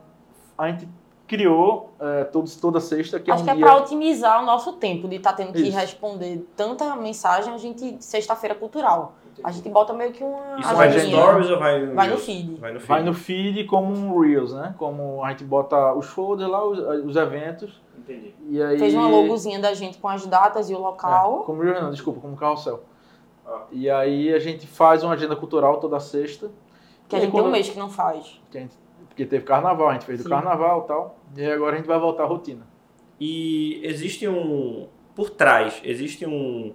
C: a gente criou é, todos, toda sexta, que
B: Acho
C: é um
B: que é
C: dia...
B: pra otimizar o nosso tempo de estar tendo que
C: Isso.
B: responder tanta mensagem, a gente, sexta-feira cultural. A gente bota meio que uma
A: Isso vai no
C: gente-
B: agendinha.
A: stories ou vai no
B: Ah, é. Vai no
A: Reels?
B: feed.
A: Vai no feed.
C: Vai no feed como um Reels, né? Como a gente bota os folders lá, os, os eventos,
E: Entendi.
C: e aí...
B: Fez uma logozinha da gente com as datas e o
C: É,
B: local.
C: como Reels não, desculpa, como carrossel.
E: Ah.
C: E aí a gente faz uma agenda cultural toda sexta,
B: Que a
C: E
B: gente
C: É. quando-
B: tem um mês que não faz.
C: que a gente- porque teve carnaval, a gente fez
B: Sim.
C: do carnaval e tal, e agora a gente vai voltar à rotina.
A: E existe um. Por trás, existe um,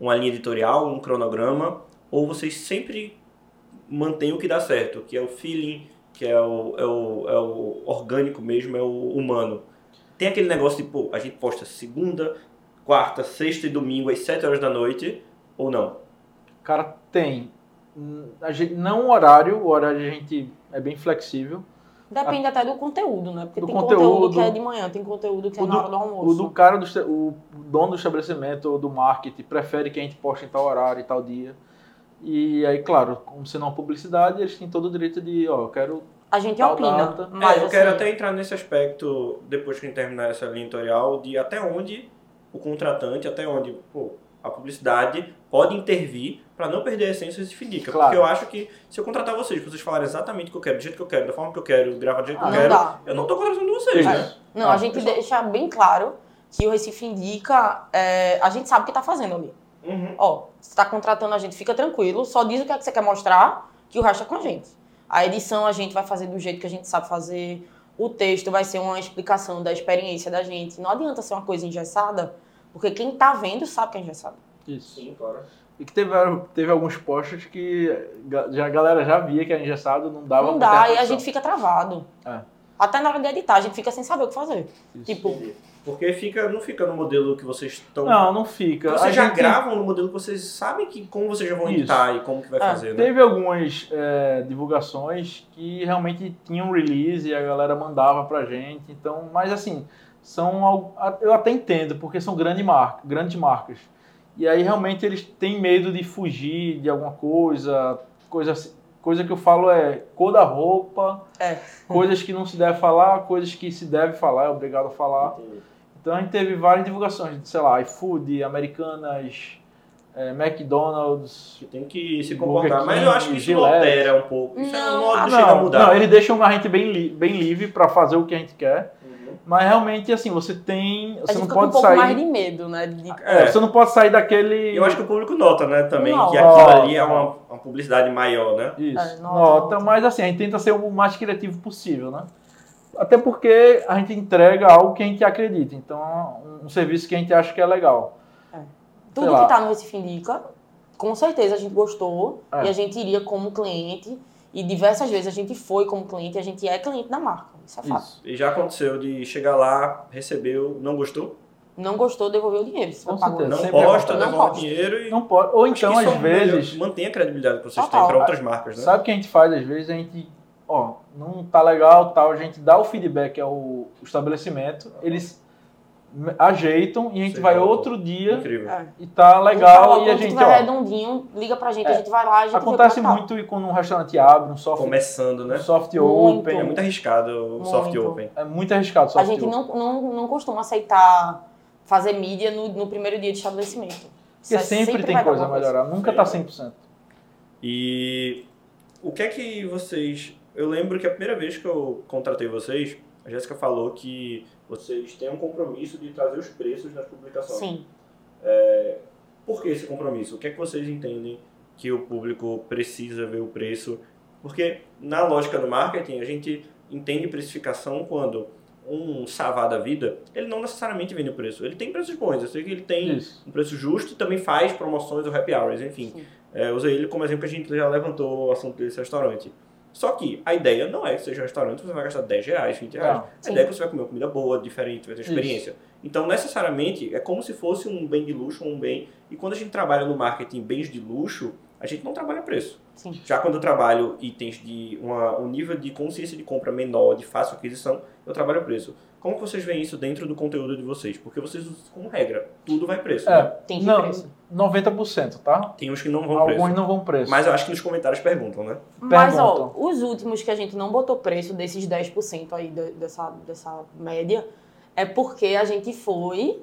A: uma linha editorial, um cronograma, ou vocês sempre mantêm o que dá certo, que é o feeling, que é o, é o, é o orgânico mesmo, é o humano. Tem aquele negócio de, pô, a gente posta segunda, quarta, sexta e domingo às 7 horas da noite, ou não?
C: Cara, tem. hum, A gente, não o horário, o horário a gente é bem flexível.
B: Depende até do conteúdo, né?
C: Ah.
B: Porque
C: Do
B: tem conteúdo, que é
C: conteúdo.
B: de manhã, tem conteúdo que é
C: O
B: na
C: do-
B: hora do almoço.
C: O do cara, do, esta- o dono do estabelecimento ou do marketing prefere que a gente poste em tal horário e tal dia. E aí, claro, como sendo uma publicidade, eles têm todo o direito de, ó, eu quero.
B: A gente
C: Tal
B: opina.
C: data.
A: Mas
B: Mas
A: É, eu quero
B: assim,
A: até entrar nesse aspecto, depois que a gente terminar essa linha editorial, de até onde o contratante, até onde pô, a publicidade pode intervir para não perder a essência de Fidica.
C: Claro.
A: Porque eu acho que se eu contratar vocês, vocês falarem exatamente o que eu quero, do jeito que eu quero, da forma que eu quero, gravar do jeito que
B: não
A: eu quero, Ah,
B: dá.
A: eu não tô contratando vocês, né?
B: Não,
C: Ah,
B: a gente
C: pessoal.
B: deixa bem claro que o Recife indica, é, a gente sabe o que tá fazendo ali.
A: Uhum.
B: Ó, você tá contratando a gente, fica tranquilo, só diz o que é que você quer mostrar, que o resto é com a gente. A edição a gente vai fazer do jeito que a gente sabe fazer, o texto vai ser uma explicação da experiência da gente. Não adianta ser uma coisa engessada, porque quem tá vendo sabe que é engessado.
C: Isso.
E: claro.
C: E que teve, teve alguns posts que ga- já, a galera já via que era engessado, não dava
B: Não
C: muita
B: dá, e a
C: atenção.
B: gente fica travado.
C: É.
B: Até na hora de editar, a gente fica sem saber o que fazer.
C: Isso.
B: Tipo,
A: Porque fica, não fica no modelo que vocês estão.
C: Não, não fica.
A: Vocês
C: A
A: Então já
C: gente-
A: gravam no modelo que vocês sabem que como vocês já vão
C: Isso.
A: editar e como que vai
B: Ah,
A: fazer, né?
C: Teve algumas é, divulgações que realmente tinham release e a galera mandava pra gente. Então, mas assim, são al- a- eu até entendo, porque são grande marca, grandes marcas. E aí realmente eles têm medo de fugir de alguma coisa, coisa assim- coisa que eu falo é cor da roupa,
B: É.
C: coisas que não se deve falar, coisas que se deve falar, é obrigado a falar.
E: Entendi.
C: Então a gente teve várias divulgações, sei lá, iFood, Americanas, é, McDonald's,
A: Tem que se
C: Burger
A: comportar. Mas eu
C: King,
A: acho que isso não
C: Gillette.
A: altera um pouco. Isso
B: Não.
A: não,
B: Ah,
A: não chega a mudar.
C: não, ele deixa a gente bem, li- bem livre para fazer o que a gente quer, mas realmente assim, você tem,
B: a
C: você
B: gente
C: não
B: fica com um
C: pode
B: pouco
C: sair,
B: mais de medo, né? De-
A: É.
C: é, você não pode sair daquele
A: E eu acho que o público nota, né, também,
B: Nota.
A: que aquilo
C: Ah.
A: ali é uma, uma publicidade maior, né?
C: isso,
B: É, nota,
C: nota,
B: nota.
C: mas assim, a gente tenta ser o mais criativo possível, né? Até porque a gente entrega algo que a gente acredita, então um- um serviço que a gente acha que é legal.
B: Tudo
C: Sei lá.
B: que tá no Recife Indica, com certeza a gente gostou
C: É.
B: e a gente iria como cliente. E diversas vezes a gente foi como cliente e a gente é cliente da marca. Isso é fato.
C: Isso.
A: E já aconteceu de chegar lá, recebeu, não gostou,
B: Não gostou, devolveu o dinheiro. Você
C: Com
B: não pagou.
C: certeza.
A: não
C: Sempre
A: gosta,
B: acontece. Não
A: devolve o
B: gosta.
A: dinheiro e...
C: Não pode, ou
A: Acho que
C: então
A: isso é
C: às
A: o melhor,
C: vezes
A: Mantém a credibilidade que vocês
B: Total.
A: têm para outras marcas, né?
C: Sabe o que a gente faz às vezes? A gente, ó, não tá legal, tal, a gente dá o feedback ao estabelecimento, eles me- ajeitam e a gente
A: Sim,
C: vai
A: é.
C: outro dia
A: Incrível.
B: É.
C: e tá legal e a
B: quando
C: gente,
B: tiver
C: ó,
B: redondinho, liga pra gente,
C: É.
B: a gente vai lá, a gente vê
C: acontece
B: como é que tá.
C: muito e quando um restaurante abre, um soft,
A: Começando, né?
C: um soft
B: Muito.
A: É
C: open,
A: muito arriscado o soft
B: Muito.
A: open.
C: é muito arriscado o
B: A
C: soft
B: gente
C: open.
B: não, não, não costuma aceitar fazer mídia no, no primeiro dia de estabelecimento. Isso
C: Porque
B: é-
C: sempre, tem
B: vai dar
C: coisa a
B: alguma
C: melhorar, nunca tá 100%.
A: E o que é que vocês. Eu lembro que a primeira vez que eu contratei vocês, a Jéssica falou que vocês têm um compromisso de trazer os preços nas publicações.
B: Sim.
A: Por que esse compromisso? O que é que vocês entendem que o público precisa ver o preço? Porque na lógica do marketing, a gente entende precificação quando um savá da vida, ele não necessariamente vende o preço. Ele tem preços bons, eu sei que ele tem
C: Isso.
A: um preço justo e também faz promoções ou happy hours, enfim.
B: Sim.
A: É, usei ele como exemplo que a gente já levantou o assunto desse restaurante. Só que a ideia não é que seja um restaurante, você vai gastar 10 reais, 20 reais.
C: Não.
A: A ideia é que você vai comer uma comida boa, diferente, vai ter
C: Isso.
A: experiência. Então, necessariamente, é como se fosse um bem de luxo, um bem. E quando a gente trabalha no marketing bens de luxo, a gente não trabalha preço.
B: Sim.
A: Já quando eu trabalho itens de uma, um nível de consciência de compra menor, de fácil aquisição, eu trabalho preço. Como que vocês veem isso dentro do conteúdo de vocês? Porque vocês usam como regra, tudo vai preço.
C: É,
A: né?
B: Tem que
C: não,
B: preço.
C: 90%, tá?
A: Tem uns que não vão
C: Alguns
A: preço.
C: não vão preço.
A: Mas eu acho que nos comentários perguntam, né?
B: Mas, ó,
C: Pergunta.
B: os últimos que a gente não botou preço desses 10% aí de- dessa, dessa média é porque a gente foi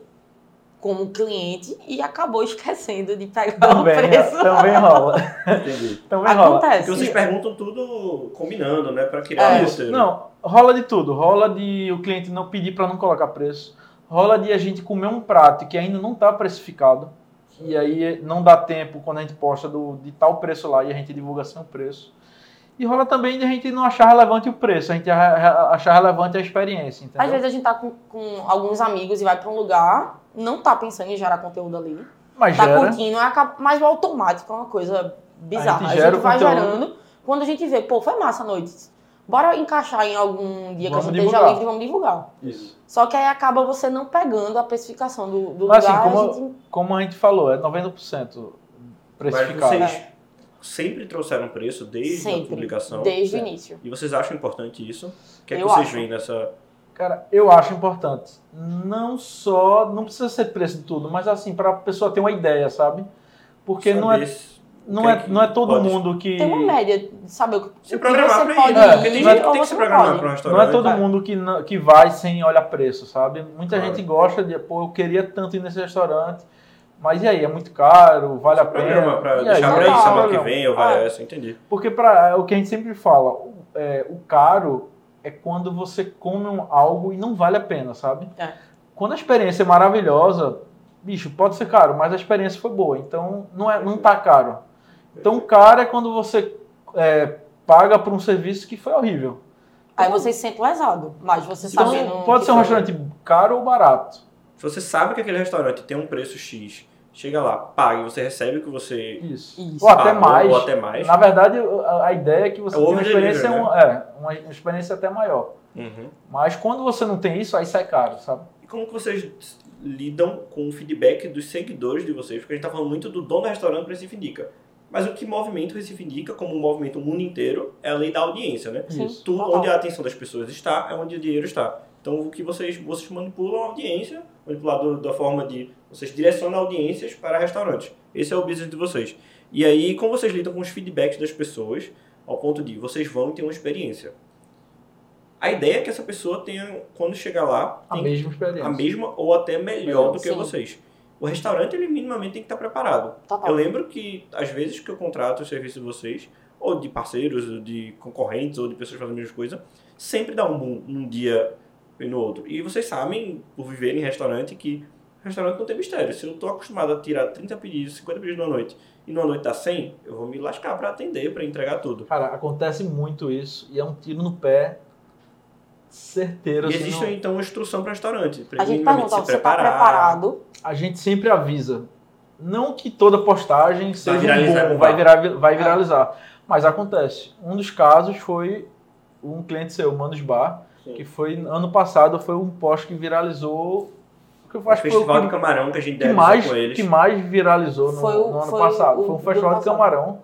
B: como cliente e acabou esquecendo de pegar o
C: também, né?
B: preço.
C: também rola.
A: Entendi.
C: Também rola.
A: Porque
B: Acontece.
A: vocês perguntam tudo combinando, né? Pra criar
B: É.
A: um
C: Isso.
A: roteiro.
C: É, Não, rola de tudo. Rola de o cliente não pedir para não colocar preço. Rola de a gente comer um prato que ainda não está precificado. E aí é, não dá tempo quando a gente posta do, de tal preço lá e a gente divulga sem o preço. E rola também de a gente não achar relevante o preço, a gente a- a- achar relevante a experiência, entendeu?
B: Às vezes a gente tá com, com alguns amigos e vai pra um lugar, não tá pensando em gerar conteúdo ali.
C: Mas
B: tá
C: gera.
B: curtindo, é acaba- mas o automático é uma coisa bizarra. A gente,
C: gera o
B: vai
C: conteúdo.
B: gerando. Quando a gente vê, pô, foi massa a noite. Bora encaixar em algum dia
C: Vamos
B: que a gente
C: divulgar.
B: esteja livre e vamos divulgar.
C: Isso.
B: Só que aí acaba você não pegando a precificação do, do
C: Mas,
B: lugar.
C: assim, como-
B: a gente...
C: Como a gente falou, é 90%
A: Mas
C: precificado.
A: vocês sempre trouxeram preço desde a
B: Sempre.
A: publicação.
B: Desde o
C: certo.
B: início.
A: E vocês acham importante isso? O que é que
B: Eu
A: vocês
B: acho.
A: veem nessa.
C: Cara, eu acho importante. Não só, não precisa ser preço de tudo, mas assim, para a pessoa ter uma ideia, sabe? Porque não é,
A: Saber-
C: não,
A: quem
C: é,
A: que
C: não é todo
A: pode-
C: mundo que.
B: Tem uma média de saber o que o que
A: Se
B: você
A: programar pra ir,
B: pode
A: né?
C: É,
A: Porque
B: ir
A: tem gente que
B: ou
A: tem que se
B: você não
A: programar
B: pode.
A: pra um
C: Não é
A: restaurante.
C: todo
A: né?
C: mundo que, não- que vai sem olhar preço, sabe? Muita
A: Claro.
C: gente gosta de, pô, eu queria tanto ir nesse restaurante, mas e aí? É muito caro? Vale a pena?
A: Programa pra
C: E aí? é
A: deixar pra
B: não
A: ir
B: dá,
A: semana que
C: não.
A: vem ou
C: É.
A: vai essa, entendi.
C: Porque pra, é o que a gente sempre fala, o- é, o caro é quando você come um, algo e não vale a pena, sabe?
B: É.
C: Quando a experiência é maravilhosa, bicho, pode ser caro, mas a experiência foi boa, então não, é, não tá caro. Então caro é quando você é, paga por um serviço que foi horrível.
B: Aí você se sente lesado. Mas você
C: Então
B: sabendo.
C: pode
B: que
C: ser um
B: foi-
C: restaurante caro ou barato.
A: Se você sabe que aquele restaurante tem um preço X, chega lá, paga e você recebe o que você
C: Isso.
B: Isso.
C: Ou até
A: pagou,
C: mais.
A: Ah, ou até mais.
C: Na verdade, a a ideia é que você
A: É o
C: tenha uma
A: over-delivery,
C: experiência,
A: né?
C: um- é, uma experiência até maior.
A: Uhum.
C: Mas quando você não tem isso, aí sai caro, sabe?
A: E como que vocês lidam com o feedback dos seguidores de vocês? Porque a gente tá falando muito do dono do restaurante do Recife Indica. Mas o que movimenta o Recife Indica, como movimenta o mundo inteiro, é a lei da audiência, né?
B: Sim,
C: Isso.
A: Tudo
B: total.
A: onde a atenção das pessoas está, é onde o dinheiro está. Então, o que vocês, vocês manipulam a audiência, manipulador da forma de vocês direcionam audiências para restaurantes. Esse é o business de vocês. E aí, como vocês lidam com os feedbacks das pessoas, ao ponto de vocês vão ter uma experiência. A ideia é que essa pessoa tenha, quando chegar lá,
C: A
A: tem
C: mesma experiência.
A: a mesma ou até melhor do que
B: Sim.
A: vocês. O restaurante, ele minimamente tem que estar preparado.
B: Total.
A: Eu lembro que, às vezes que eu contrato o serviço de vocês, ou de parceiros, ou de concorrentes, ou de pessoas fazendo a mesma coisa, sempre dá um boom num dia e no outro. E vocês sabem, por viverem em restaurante, que restaurante não tem mistério. Se eu estou acostumado a tirar 30 pedidos, 50 pedidos numa noite, e numa noite dá 100, eu vou me lascar para atender, para entregar tudo.
C: Cara, acontece muito isso e é um tiro no pé certeiro.
A: E
C: assim,
A: existe, então, uma instrução para restaurante. pra
B: A gente
A: minimamente
B: pergunta,
A: se
B: você tá
A: preparar,
B: preparado?
C: não- A gente sempre avisa. Não que toda postagem seja um
A: viralizar,
C: bom,
A: não
C: vai,
A: vai.
C: virar, vai viralizar. Mas acontece. Um dos casos foi um cliente seu, Manos Bar,
A: Sim.
C: que foi ano passado, foi um post que viralizou. Que eu
A: O
C: acho que foi o
A: festival
C: que-
A: de camarão que a gente
C: que
A: deve
C: mais,
A: com eles.
C: que mais viralizou no,
B: Foi o-
C: no ano
B: foi
C: passado.
B: o-
C: foi um
B: do
C: festival de
B: passado.
C: camarão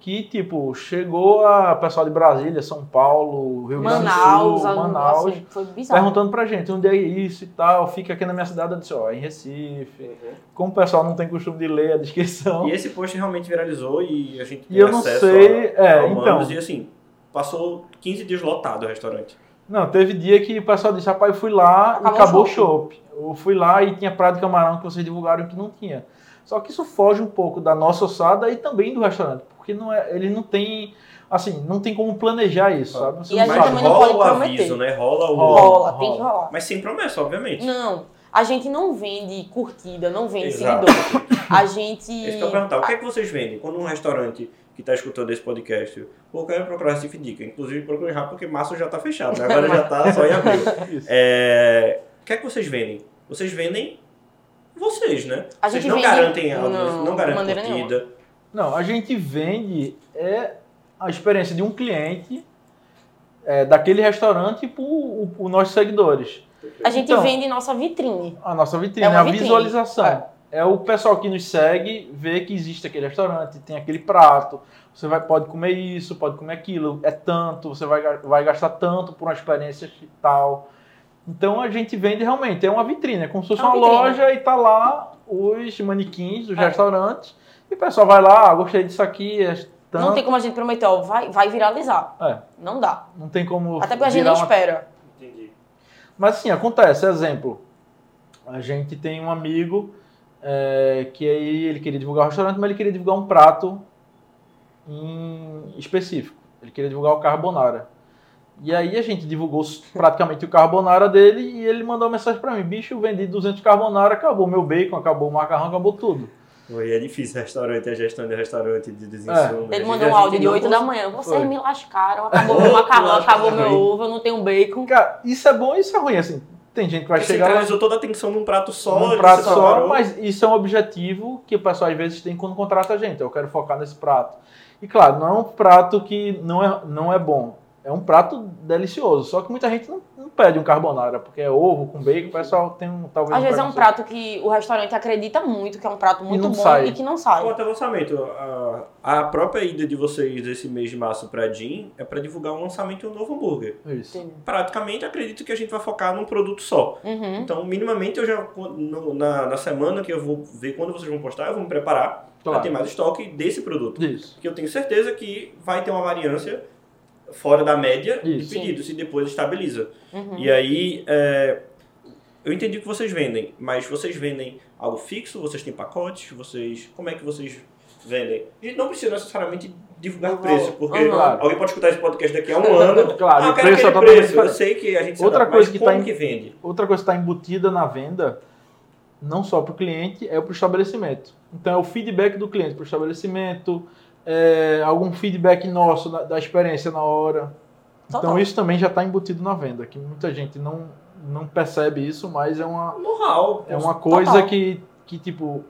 C: que, tipo, chegou a pessoal de Brasília, São Paulo, Rio Grande do
B: Manaus,
C: Sul,
B: algo
C: Manaus,
B: assim, foi bizarro.
C: perguntando pra gente onde é isso e tal. Fica aqui na minha cidade, eu disse, ó, é em Recife.
B: Uhum.
C: Como o pessoal não tem costume de ler a descrição.
A: E
C: E,
A: esse post realmente viralizou e a gente tem
C: eu não
A: acesso
C: sei.
A: a,
C: é,
A: a
C: então.
A: humanos e assim, passou 15 dias lotado o restaurante.
C: Não, teve dia que o pessoal disse, rapaz, eu fui lá
B: Acabou
C: e acabou o
B: o
C: chopp. Eu fui lá e tinha praia de camarão que vocês divulgaram que não tinha. Só que isso foge um pouco da nossa ossada e também do restaurante, porque não é, ele não tem, assim, não tem como planejar isso,
A: Claro.
C: sabe? Você
B: E
C: não
B: a gente
A: Mas
C: sabe.
B: também não
A: rola
B: pode
A: o
B: prometer.
A: aviso, né? Rola o...
C: Rola.
B: Rola, tem que rolar.
A: Mas sem promessa, obviamente.
B: Não, a gente não vende curtida, não vende
A: Exato.
B: seguidor. A gente.
A: É isso que eu ia perguntar. O que é que vocês vendem? Quando um restaurante que está escutando esse podcast, pô, eu quero procurar esse Dica. Inclusive, procure rápido, porque março já está fechado. né? Agora já está só em abril.
C: Isso.
A: É, O que é que vocês vendem? Vocês vendem vocês, né?
B: A
A: vocês
B: gente
A: não
B: vende-
A: garantem audiência,
B: Não,
A: não garantem
B: maneira nenhuma.
A: curtida.
C: Não, a gente vende é a experiência de um cliente é, daquele restaurante para os nossos seguidores.
B: A gente
C: Então.
B: vende nossa vitrine.
C: A nossa vitrine,
B: É uma
C: a
B: vitrine.
C: visualização.
B: É.
C: é o pessoal que nos segue ver que existe aquele restaurante, tem aquele prato, você vai, pode comer isso, pode comer aquilo, é tanto, você vai, ga- vai gastar tanto por uma experiência e tal. Então a gente vende realmente, é uma vitrine, é como se fosse
B: É uma
C: uma,
B: vitrine.
C: loja e tá lá os manequins dos
B: É.
C: restaurantes e o pessoal vai lá, ah, gostei disso aqui, é tanto.
B: Não tem como a gente prometer, ó, vai, vai viralizar.
C: É.
B: Não dá.
C: não tem como
B: Até porque a gente
C: virar
B: não
C: uma
B: espera.
A: Entendi.
C: Mas assim, acontece, exemplo. A gente tem um amigo é, que aí ele queria divulgar o restaurante, mas ele queria divulgar um prato em específico. Ele queria divulgar o carbonara. E aí a gente divulgou praticamente o carbonara dele e ele mandou uma mensagem pra mim: bicho, eu vendi 200 carbonara, acabou meu bacon, acabou o macarrão, acabou tudo.
A: Oi, é difícil restaurante, a gestão de restaurante, de desinsumos. de
B: Ele mandou um
A: gestão-
B: áudio de
C: não
B: 8 da manhã. Vocês
C: Foi.
B: me lascaram, acabou meu macarrão, acabou meu ovo, eu não tenho bacon.
C: Cara, isso é bom e isso é ruim, assim. Tem gente que vai
A: Você
C: chegar. lá-
A: centralizou toda a atenção num prato só.
C: um
A: você
C: prato só,
A: separou.
C: mas isso é um objetivo que o pessoal às vezes tem quando contrata a gente. Eu quero focar nesse prato. E claro, não é um prato que não é, não é bom. É um prato delicioso. Só que muita gente não, não pede um carbonara, porque é ovo com bacon. O pessoal tem um. Talvez
B: Às
C: um
B: vezes é um
C: preconceito.
B: prato que o restaurante acredita muito, que é um prato muito
C: não
B: bom
C: sai.
B: e que não sai.
A: Quanto ao Então, lançamento, a, a própria ida de vocês esse mês de março pra Jean é pra divulgar o lançamento de um novo hambúrguer.
C: Isso.
B: Entendeu?
A: Praticamente acredito que a gente vai focar num produto só.
B: Uhum.
A: Então, minimamente, eu já no- na, na semana que eu vou ver quando vocês vão postar, eu vou me preparar pra ter
C: Claro.
A: mais estoque desse produto.
C: Isso.
A: Porque eu tenho certeza que vai ter uma variância fora da média
C: Isso.
A: de pedidos e depois estabiliza.
B: Uhum.
A: E aí, é, eu entendi que vocês vendem, mas vocês vendem algo fixo? Vocês têm pacotes? Vocês, como é que vocês vendem? A gente não precisa necessariamente divulgar
B: Não,
A: preço, porque
B: uhum.
C: Claro.
A: alguém pode escutar esse podcast daqui a um ano.
C: Claro,
A: ah, eu
C: o
A: quero
C: preço é
A: aquele
C: totalmente
A: preço. Eu
C: diferente.
A: sei que a gente se
C: Outra
A: adapta,
C: coisa
A: mas
C: que
A: como
C: tá em-
A: que vende?
C: Outra coisa que está embutida na venda, não só para o cliente, é para o estabelecimento. Então é o feedback do cliente para o estabelecimento, é, algum feedback nosso da, da experiência na hora.
B: Total.
C: Então isso também já está embutido na venda, que muita gente não, não percebe isso, mas é uma,
A: Know-how.
C: é uma coisa
B: Total.
C: que, que, tipo,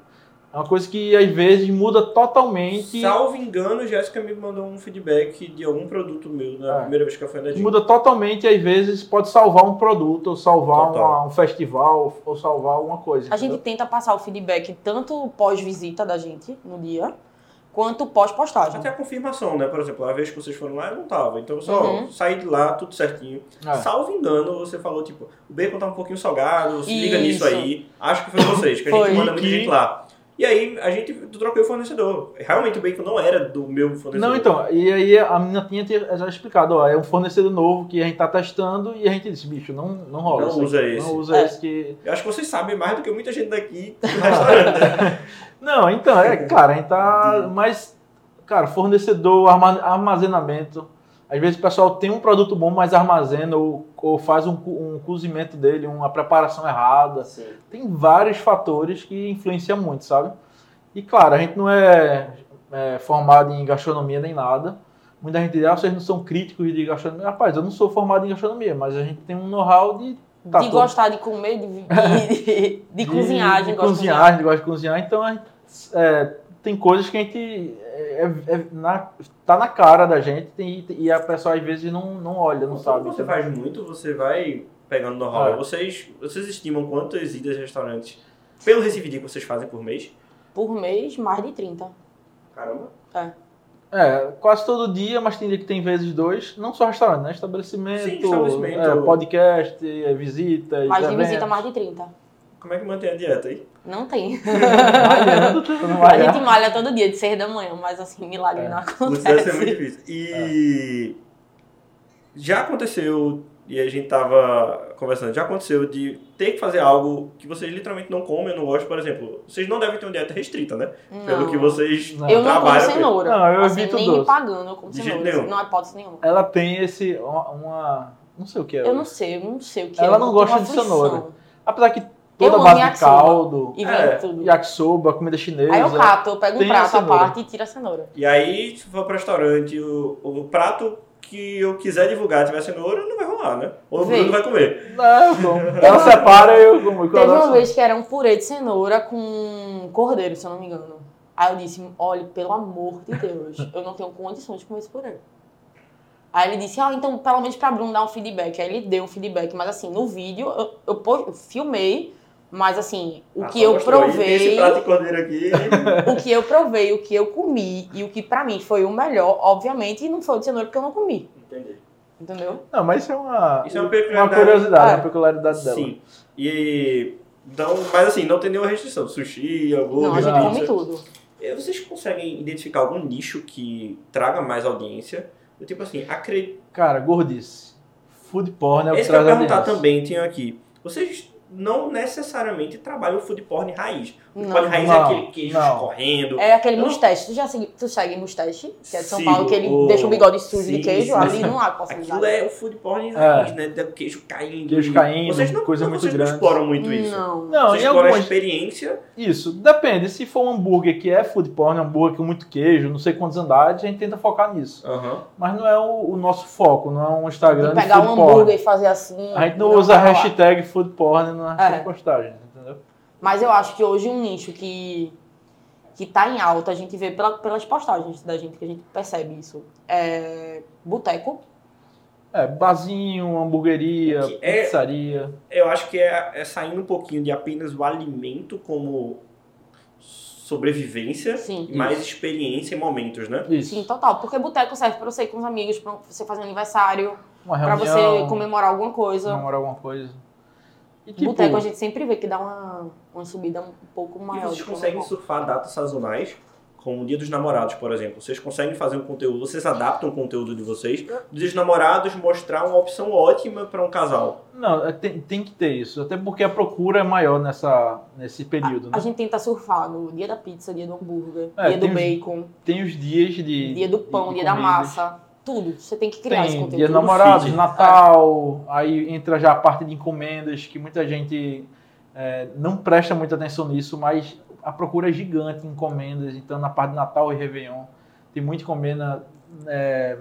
C: é uma coisa que às vezes muda totalmente,
A: Salvo engano, Jéssica me mandou um feedback de algum produto meu na
C: É.
A: primeira vez que eu fui na Jean.
C: muda totalmente às vezes pode salvar um produto, ou salvar
A: Total.
C: uma- um festival, ou salvar alguma coisa.
B: A gente tenta passar o feedback tanto pós-visita da gente no dia, quanto pós-postagem.
A: Até a confirmação, né? Por exemplo, a vez que vocês foram lá, eu não tava. Então, só
B: Uhum.
A: saí de lá, tudo certinho.
C: entendeu? É.
A: Salvo engano, você falou, tipo, o bacon tá um pouquinho salgado, se liga nisso
B: Isso.
A: aí. Acho que foi vocês, que a
B: Foi.
A: gente manda muita
C: E-
A: gente lá. E aí, a gente trocou o fornecedor. Realmente, o bacon não era do meu fornecedor.
C: Não, então, e aí a menina tinha te- já explicado, ó, é um fornecedor novo que a gente tá testando e a gente disse, bicho, não, não rola.
A: Não
C: isso aqui,
A: usa esse.
C: Não usa
B: É.
C: esse que...
A: Eu acho que vocês sabem mais do que muita gente daqui do restaurante. né?
C: Não, então, é, cara, a gente tá... Mas, cara, fornecedor, arma- armazenamento... Às vezes o pessoal tem um produto bom, mas armazena ou, ou faz um, co- um cozimento dele, uma preparação errada. Tem vários fatores que influenciam muito, sabe? E claro, a gente não é, é, formado em gastronomia nem nada. Muita gente diz, ah, vocês não são críticos de gastronomia. Rapaz, eu não sou formado em gastronomia, mas a gente tem um know-how de, tá
B: de
C: tudo-
B: gostar de comer, de, de, de, de cozinhar, a
C: de
B: gente gosta de
C: cozinhar, a gente gosta de cozinhar. Então, a gente, é, tem coisas que a gente... É, é- é na- tá na cara da gente tem- e a pessoa às vezes não, não olha, não
A: Quando
C: sabe.
A: você
C: entendeu?
A: faz muito, você vai pegando know-how.
C: É.
A: Vocês, vocês estimam quantas idas a restaurantes, pelo Recife Dia, que vocês fazem por mês?
B: Por mês, mais de 30.
A: Caramba.
C: É, quase todo dia, mas tem dia que tem vezes dois, não só restaurante, né? Estabelecimento,
A: Sim, estabelecimento.
C: é, podcast, é, visitas,
B: Mais de
C: eventos.
B: visita, mais de 30.
A: Como é que mantém a dieta, hein?
B: Não tem.
C: Malhando, tu não
B: A
C: vai
B: gente
C: errar.
B: malha todo dia, de 6 da manhã, mas assim, milagre não
A: Putz, Deve é muito
B: acontece.
A: difícil. E já aconteceu, e a gente tava conversando, já aconteceu de ter que fazer algo que vocês literalmente não comem, não gostam, por exemplo. Vocês não devem ter uma dieta restrita, né? Pelo
B: Não.
A: que vocês
C: Não.
B: Eu não como
A: trabalham. com.
B: cenoura.
C: Não, eu
B: assim,
C: evito
B: nem me
C: doce.
B: pagando, eu como
A: De jeito
B: cenoura. assim,
A: nenhum.
B: Não há hipótese nenhuma.
C: Ela tem esse, uma, uma- não sei o que é.
B: Eu não sei, eu não sei o que
C: Ela
B: é, eu
C: não
B: tenho
C: gosta
B: uma
C: de
B: aflição.
C: cenoura. Apesar que
B: Eu
C: toda
B: amo
C: base de
B: yakisoba.
C: caldo,
B: E vem
A: É,
B: tudo.
C: yakisoba, comida chinesa.
B: Aí eu cato, eu pego um
C: é. Tem a
B: prato à
C: cenoura.
B: parte e tiro a cenoura.
A: E aí, se for pro restaurante, o, o prato que eu quiser divulgar tiver cenoura, não vai rolar, né? Ou o
B: Vem.
A: Bruno vai comer.
C: Não, eu como. Ela separa e eu como. Eu
B: Teve uma
C: adoro-
B: vez que era um purê de cenoura com cordeiro, se eu não me engano. Aí eu disse, olha, pelo amor de Deus, eu não tenho condições de comer esse purê. Aí ele disse, ah, então pelo menos pra Bruno dar um feedback. Aí ele deu um feedback, mas assim, no vídeo, eu, eu pos- eu filmei Mas assim, o
A: Ah,
B: que
A: só
B: eu
A: mostrou aí, Tem esse
B: provei,
A: prato de cordeiro aqui.
B: o que eu provei, o que eu comi e o que pra mim foi o melhor, obviamente, não foi o de cenoura porque eu não comi,
A: Entendi.
B: entendeu?
C: Não, mas isso é uma,
A: Isso é uma
C: uma
A: peculiaridade.
C: curiosidade,
B: É.
C: uma peculiaridade dela.
A: Sim. E. Então, mas assim, não tem nenhuma restrição. Sushi,
B: não, a
A: hambúrguer,
B: gente
C: não.
B: come
A: pizza.
B: tudo.
A: E É, Vocês conseguem identificar algum nicho que traga mais audiência? Eu, tipo assim, acredito.
C: Cara, gordice. Food porn é o que
A: Esse que eu ia
C: traz
A: perguntar
C: audiência.
A: também, tenho aqui. Vocês não necessariamente trabalham food porn raiz. Food porn
B: Não.
A: raiz é
C: Não,
A: aquele queijo
C: não.
A: escorrendo.
B: É aquele
A: Eu não-
B: mustache. Tu já segue, tu segue mustache, que é de São
A: Sigo,
B: Paulo, que ele
A: o-
B: deixa o bigode sujo
A: sim,
B: de queijo,
A: sim.
B: ali não há
A: Aquilo
B: possibilidade.
A: é o food porn raiz, né? Do queijo caindo.
C: Queijo
A: e-
C: caindo,
A: vocês não,
C: coisa
A: não-
C: muito
A: vocês
C: grande.
A: não exploram muito isso.
B: Não.
C: Não,
A: Vocês
C: em
A: exploram a
C: algumas.
A: experiência.
C: Isso, depende. Se for um hambúrguer que é food porn, um hambúrguer com muito queijo, não sei quantos andares, a gente tenta focar nisso. Mas não é o, o nosso foco, não é um Instagram
B: De
C: de
B: pegar
C: food
B: um
C: porn.
B: hambúrguer e fazer assim.
C: A gente não, usa a
B: vai rolar.
C: hashtag food porn nas
B: É.
C: postagens, entendeu?
B: Mas eu acho que hoje um nicho que, que tá em alta, a gente vê pela- pelas postagens da gente, que a gente percebe isso. É boteco.
C: É, barzinho, hamburgueria,
A: Que é-
C: pizzaria.
A: Eu acho que é, é saindo um pouquinho de apenas o alimento como sobrevivência,
B: Sim.
A: e mais experiência e momentos, né?
C: Isso.
B: Sim, então, total. Porque boteco serve pra você ir com os amigos, pra você fazer um aniversário,
C: uma
B: pra
C: reunião,
B: você comemorar alguma coisa.
C: namorar alguma coisa. E tipo,
B: Boteco a gente sempre vê que dá uma, uma subida um pouco maior.
A: E vocês
B: do que o
A: conseguem
B: normal.
A: surfar datas sazonais, como o Dia dos Namorados, por exemplo. Vocês conseguem fazer um conteúdo, vocês adaptam o conteúdo de vocês, do Dia dos Namorados mostrar uma opção ótima para um casal.
C: Não, é, tem, tem que ter isso. Até porque a procura é maior nessa, nesse período,
B: A
C: né?
B: gente tenta surfar no dia da pizza, dia do hambúrguer,
C: É,
B: dia
C: tem
B: do
C: os-
B: bacon,
C: Tem os dias de.
B: dia do pão,
C: de
B: dia da
C: comidas.
B: massa. Tudo. Você tem que criar esse
C: Tem,
B: conteúdo.
C: dia de namorados,
A: feed.
C: Natal, aí entra já a parte de encomendas, que muita gente é, não presta muita atenção nisso, mas a procura é gigante em encomendas, então na parte de Natal e Réveillon tem muita encomenda. é,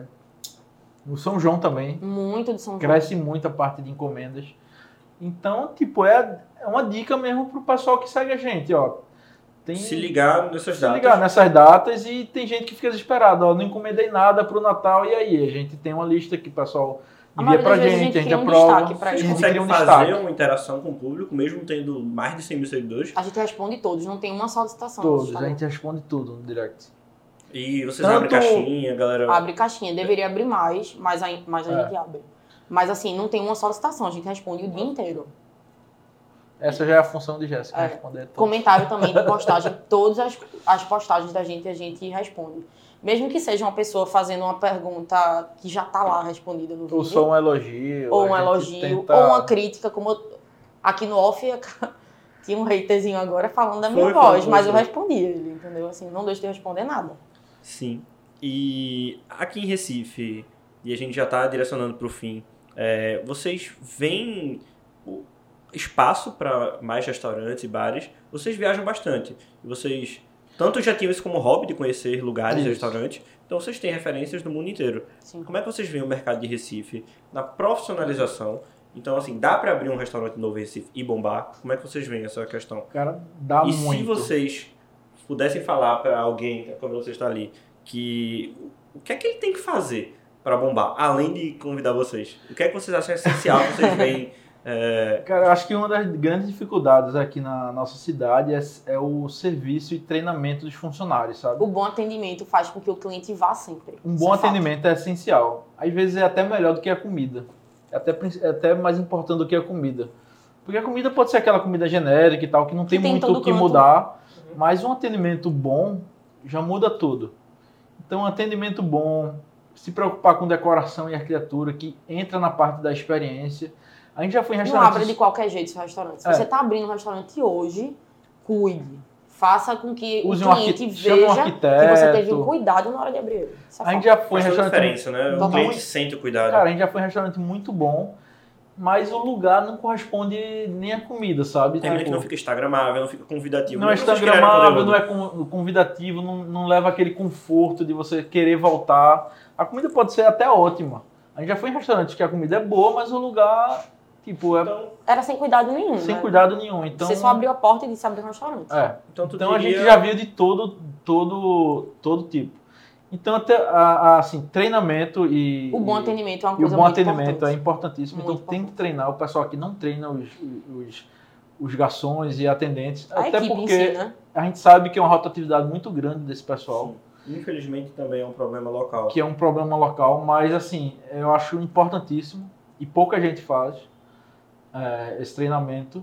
C: no São João também,
B: Muito de São João.
C: cresce muito a parte de encomendas. Então, tipo, é, é uma dica mesmo pro pessoal que segue a gente, ó. Tem,
A: Se ligar nessas
C: se
A: datas.
C: ligar né? nessas datas e tem gente que fica desesperada, ó, não encomendei nada pro Natal e aí a gente tem uma lista que o pessoal
B: A
C: envia
B: maioria
C: pra
B: das vezes a
C: gente,
B: gente
C: a gente
B: cria um
C: aprova,
B: destaque pra
C: a
A: Vocês
B: isso.
C: gente
A: conseguem
C: cria um
A: fazer
C: destaque.
A: uma interação com o público, mesmo tendo mais de 100 mil seguidores.
B: A gente responde todos, não tem uma Tá solicitação. no
C: Todos, a
B: Instagram.
C: gente responde tudo no direct.
A: E vocês
C: Tanto-
A: abrem caixinha, galera.
B: Abre caixinha, deveria abrir mais, mas a, mas a
C: É.
B: gente abre. Mas assim, não tem uma solicitação, a gente responde o dia inteiro.
C: Essa já é a função de Jéssica,
B: É.
C: responder tudo.
B: Comentário também de postagem, todas as, as postagens da gente a gente responde. Mesmo que seja uma pessoa fazendo uma pergunta que já tá lá respondida no vídeo.
C: Ou só um elogio.
B: ou um
C: a gente
B: elogio,
C: tenta-
B: ou uma crítica, como eu- aqui no off tinha um haterzinho agora falando da minha
A: Foi, foi,
B: voz,
A: foi,
B: mas eu
A: foi.
B: respondi ele, entendeu? Assim, não deixo de responder nada.
A: Sim. E aqui em Recife, e a gente já está direcionando para o fim, é, vocês veem o espaço para mais restaurantes e bares? Vocês viajam bastante. E vocês tanto já tinham isso como hobby de conhecer lugares e
C: Isso.
A: restaurantes, então vocês têm referências do mundo inteiro.
B: Assim.
A: Como é que vocês veem o mercado de Recife na profissionalização? Então, assim, dá para abrir um restaurante novo em Recife e bombar? Como é que vocês veem essa questão?
C: Cara, dá
A: e
C: muito.
A: se vocês pudessem falar pra alguém, quando você está ali, que o que é que ele tem que fazer pra bombar, além de convidar vocês? O que é que vocês acham essencial que vocês veem? é,
C: Cara, eu acho que uma das grandes dificuldades aqui na nossa cidade é, é o serviço e treinamento dos funcionários, sabe?
B: O bom atendimento faz com que o cliente vá sempre.
C: Um
B: Isso
C: bom
B: é fato.
C: atendimento é essencial. Às vezes é até melhor do que a comida. É até, prin- é até mais importante do que a comida. Porque a comida pode ser aquela comida genérica e tal, que não
B: Que
C: tem,
B: tem em
C: muito
B: todo
C: o que
B: canto. né?
C: mudar. Mas um atendimento bom já muda tudo. Então, um atendimento bom, se preocupar com decoração e arquitetura, que entra na parte da experiência. A gente já foi em
B: Não abra
C: restaurantes...
B: de qualquer jeito seu restaurante. Se
C: É.
B: você tá abrindo um restaurante hoje, cuide. Faça com que
C: Use um
B: o cliente
C: arquiteto, chama um
B: veja que você teve um
C: arquiteto.
B: cuidado na hora de abrir ele. Isso é
C: A gente
B: fato.
C: já foi em
A: faz toda a
C: restaurante
A: diferença, né? O
B: Totalmente.
A: cliente sente o cuidado.
C: Cara, a gente já foi em um restaurante muito bom, mas o lugar não corresponde nem à comida, sabe?
A: Tem
C: Tipo,
A: muito que não fica instagramável, não fica convidativo.
C: não é
A: Nem vocês criarem
C: instagramável,
A: conteúdo.
C: não é con- convidativo, não, não leva aquele conforto de você querer voltar. A comida pode ser até ótima. A gente já foi em restaurantes que a comida é boa, mas o lugar, tipo, é
A: Então,
B: Era sem cuidado nenhum.
C: sem
B: né?
C: cuidado nenhum. Então,
B: Você só abriu a porta e disse abrir um restaurante.
C: é.
A: então, tu
C: Então a
A: diria-
C: gente já viu de todo, todo, todo tipo. Então, até, a- a, assim, treinamento e.
B: O bom
C: e-
B: atendimento é uma
C: E o
B: coisa
C: bom
B: muito
C: atendimento
B: importante.
C: é importantíssimo,
B: Muito
C: então tem que treinar o pessoal que não treina os, os, os garçons e atendentes.
B: A
C: até
B: equipe
C: porque
B: em si, né?
C: a gente sabe que é uma rotatividade muito grande desse pessoal,
A: Infelizmente também é um problema local.
C: que é um problema local, mas assim, eu acho importantíssimo e pouca gente faz é, esse treinamento.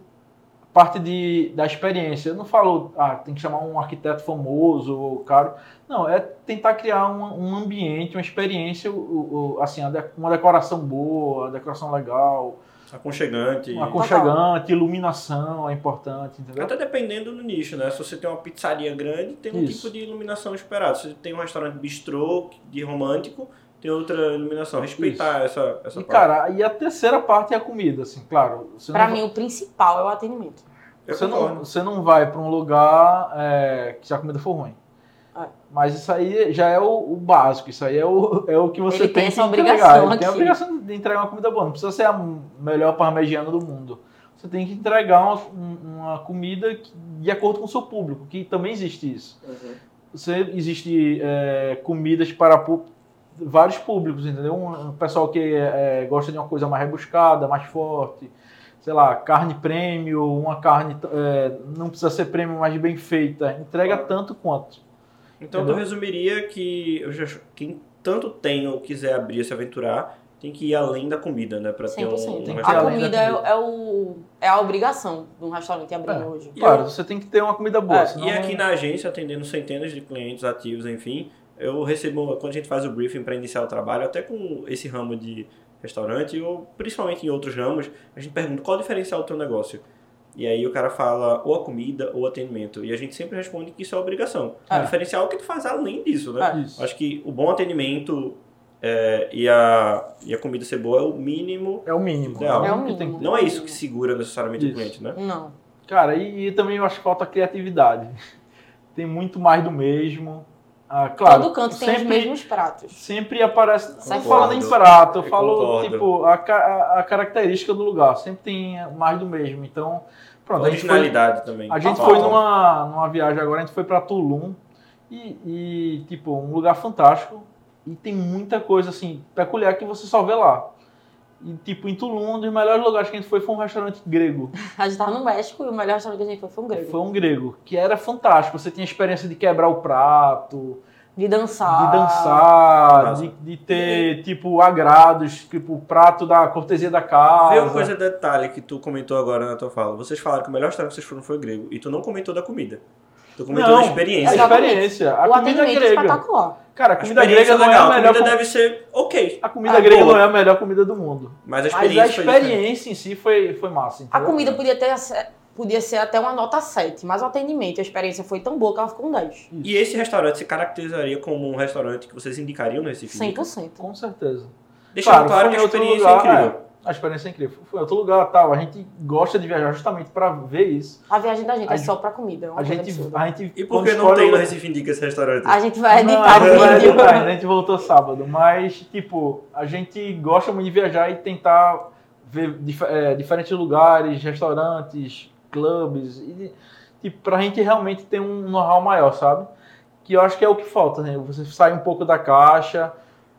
C: Parte de, da experiência. Eu não falo, ah, tem que chamar um arquiteto famoso ou caro. Não, é tentar criar um, um ambiente, uma experiência, o- o- o- assim, a de- uma decoração boa, uma decoração legal,
A: Aconchegante.
C: um aconchegante, iluminação é importante, entendeu?
A: Até dependendo do nicho, né? Se você tem uma pizzaria grande, tem um
C: Isso.
A: tipo de iluminação esperado. Se você tem um restaurante bistrô de romântico, tem outra iluminação. Respeitar essa, essa
C: E,
A: parte.
C: cara, e a terceira parte é a comida, assim, claro. Você
B: Pra
C: não-
B: mim, o principal é o atendimento.
A: Eu
C: Você não,
A: concordo.
C: você não vai para um lugar é, que se a comida for ruim.
B: Ah.
C: Mas isso aí já é o, o básico, isso aí é o, é o que você
B: Ele
C: tem
B: tem
C: que
B: essa
C: entregar.
B: obrigação
C: Ele tem a
B: aqui.
C: obrigação de entregar uma comida boa, não precisa ser a melhor parmegiana do mundo. Você tem que entregar uma, um- uma comida que- de acordo com o seu público, que também existe isso. Você existe é, comidas para pu- vários públicos, entendeu? Um, um pessoal que é, gosta de uma coisa mais rebuscada, mais forte, sei lá, carne prêmio, uma carne é, não precisa ser prêmio, mas bem feita, entrega tanto quanto.
A: Então
C: Entendeu?
A: eu resumiria que eu já- quem tanto tem ou quiser abrir, se aventurar, tem que ir além da comida, né? Pra ter um,
B: 100%.
A: um
C: Tem que ir
B: a
A: restaurante.
C: além da
B: comida é,
C: comida.
B: é o, é a obrigação de um restaurante abrir
C: É.
B: hoje.
C: Claro, você tem que ter uma comida boa.
A: É,
C: senão
A: e aqui na agência, atendendo centenas de clientes ativos, enfim, eu recebo, quando a gente faz o briefing para iniciar o trabalho, até com esse ramo de restaurante, ou principalmente em outros ramos, a gente pergunta qual o diferencial do teu negócio. E aí o cara fala ou a comida ou o atendimento. E a gente sempre responde que isso é obrigação.
C: É.
A: O diferencial é o que tu faz além disso, né?
B: É.
C: Isso.
A: Acho que o bom atendimento é, e, a, e a comida ser boa é o mínimo.
C: É o mínimo.
A: Ideal.
B: É o
C: que tem que
B: mínimo.
A: Não é isso que segura necessariamente
C: Isso.
A: o cliente, né?
B: Não.
C: Cara, e, e também eu acho que falta criatividade. Tem muito mais do mesmo. Ah, claro,
B: Todo canto tem os mesmos pratos.
C: Sempre aparece.
B: Sai
C: não falo
B: fora.
C: nem prato, eu
A: Eu
C: falo
A: concordo.
C: tipo a, ca- a- a característica do lugar. Sempre tem mais do mesmo. Então, pronto. a gente foi-
A: Originalidade também.
C: a gente
A: Falta.
C: foi numa, numa viagem agora, a gente foi pra Tulum e, e, tipo, um lugar fantástico e tem muita coisa, assim, peculiar que você só vê lá. E, tipo, em Tulum, um dos melhores lugares que a gente foi foi um restaurante grego.
B: A gente tava no México e o melhor restaurante que a gente foi foi um grego.
C: Foi um grego, que era fantástico. Você tinha a experiência de quebrar o prato,
B: De dançar.
C: de dançar,
A: Massa.
C: de, de ter, tipo, agrados, tipo, o prato da cortesia da
A: Vê
C: casa.
A: uma coisa detalhe que tu comentou agora na tua fala. Vocês falaram que o melhor restaurante que vocês foram foi o grego. E tu não comentou da comida. Tu comentou
C: Não,
A: da
C: A
A: experiência.
B: Exatamente.
C: experiência. A
B: o
C: comida
B: atendimento é
C: grega.
B: espetacular.
C: Cara, a
A: A
C: comida
A: experiência
C: grega
A: é
C: não é
A: legal.
C: a
A: a
C: melhor
A: comida
C: com-
A: deve ser ok.
C: A comida
A: Ah,
C: grega
A: boa.
C: não é a melhor comida do mundo.
A: Mas a
C: Mas
A: experiência.
C: a
A: foi diferente.
C: experiência em si foi, foi massa.
B: A
C: entendeu?
B: comida podia, ter, podia ser até uma nota 7, mas o atendimento, a experiência foi tão boa que ela ficou um 10.
A: E esse restaurante se caracterizaria como um restaurante que vocês indicariam no Recife?
B: 100%.
C: Com certeza.
A: Deixando
C: Claro,
A: claro,
C: foi
A: que
C: em
A: a
C: outro
A: experiência
C: lugar,
A: é incrível.
C: A experiência é incrível. Foi em outro lugar tal. A gente gosta de viajar justamente pra ver isso.
B: A viagem da gente
C: A
B: é
C: gente-
B: só pra comida. É uma
C: A
B: coisa
C: gente,
B: absurda.
C: a gente.
A: E por que
C: quando
A: não
C: escolhe
A: tem né?
C: o
A: no
C: lugar-
A: Recife Indica esse restaurante?
B: A gente vai tá
C: Não,
B: editar
C: a gente vai
B: vídeo.
C: editar, A gente voltou sábado. Mas, tipo, a gente gosta muito de viajar e tentar ver dif- é, diferentes lugares, restaurantes, clubes. E, tipo, pra gente realmente ter um know-how maior, sabe? Que eu acho que é o que falta, né? Você sair um pouco da caixa.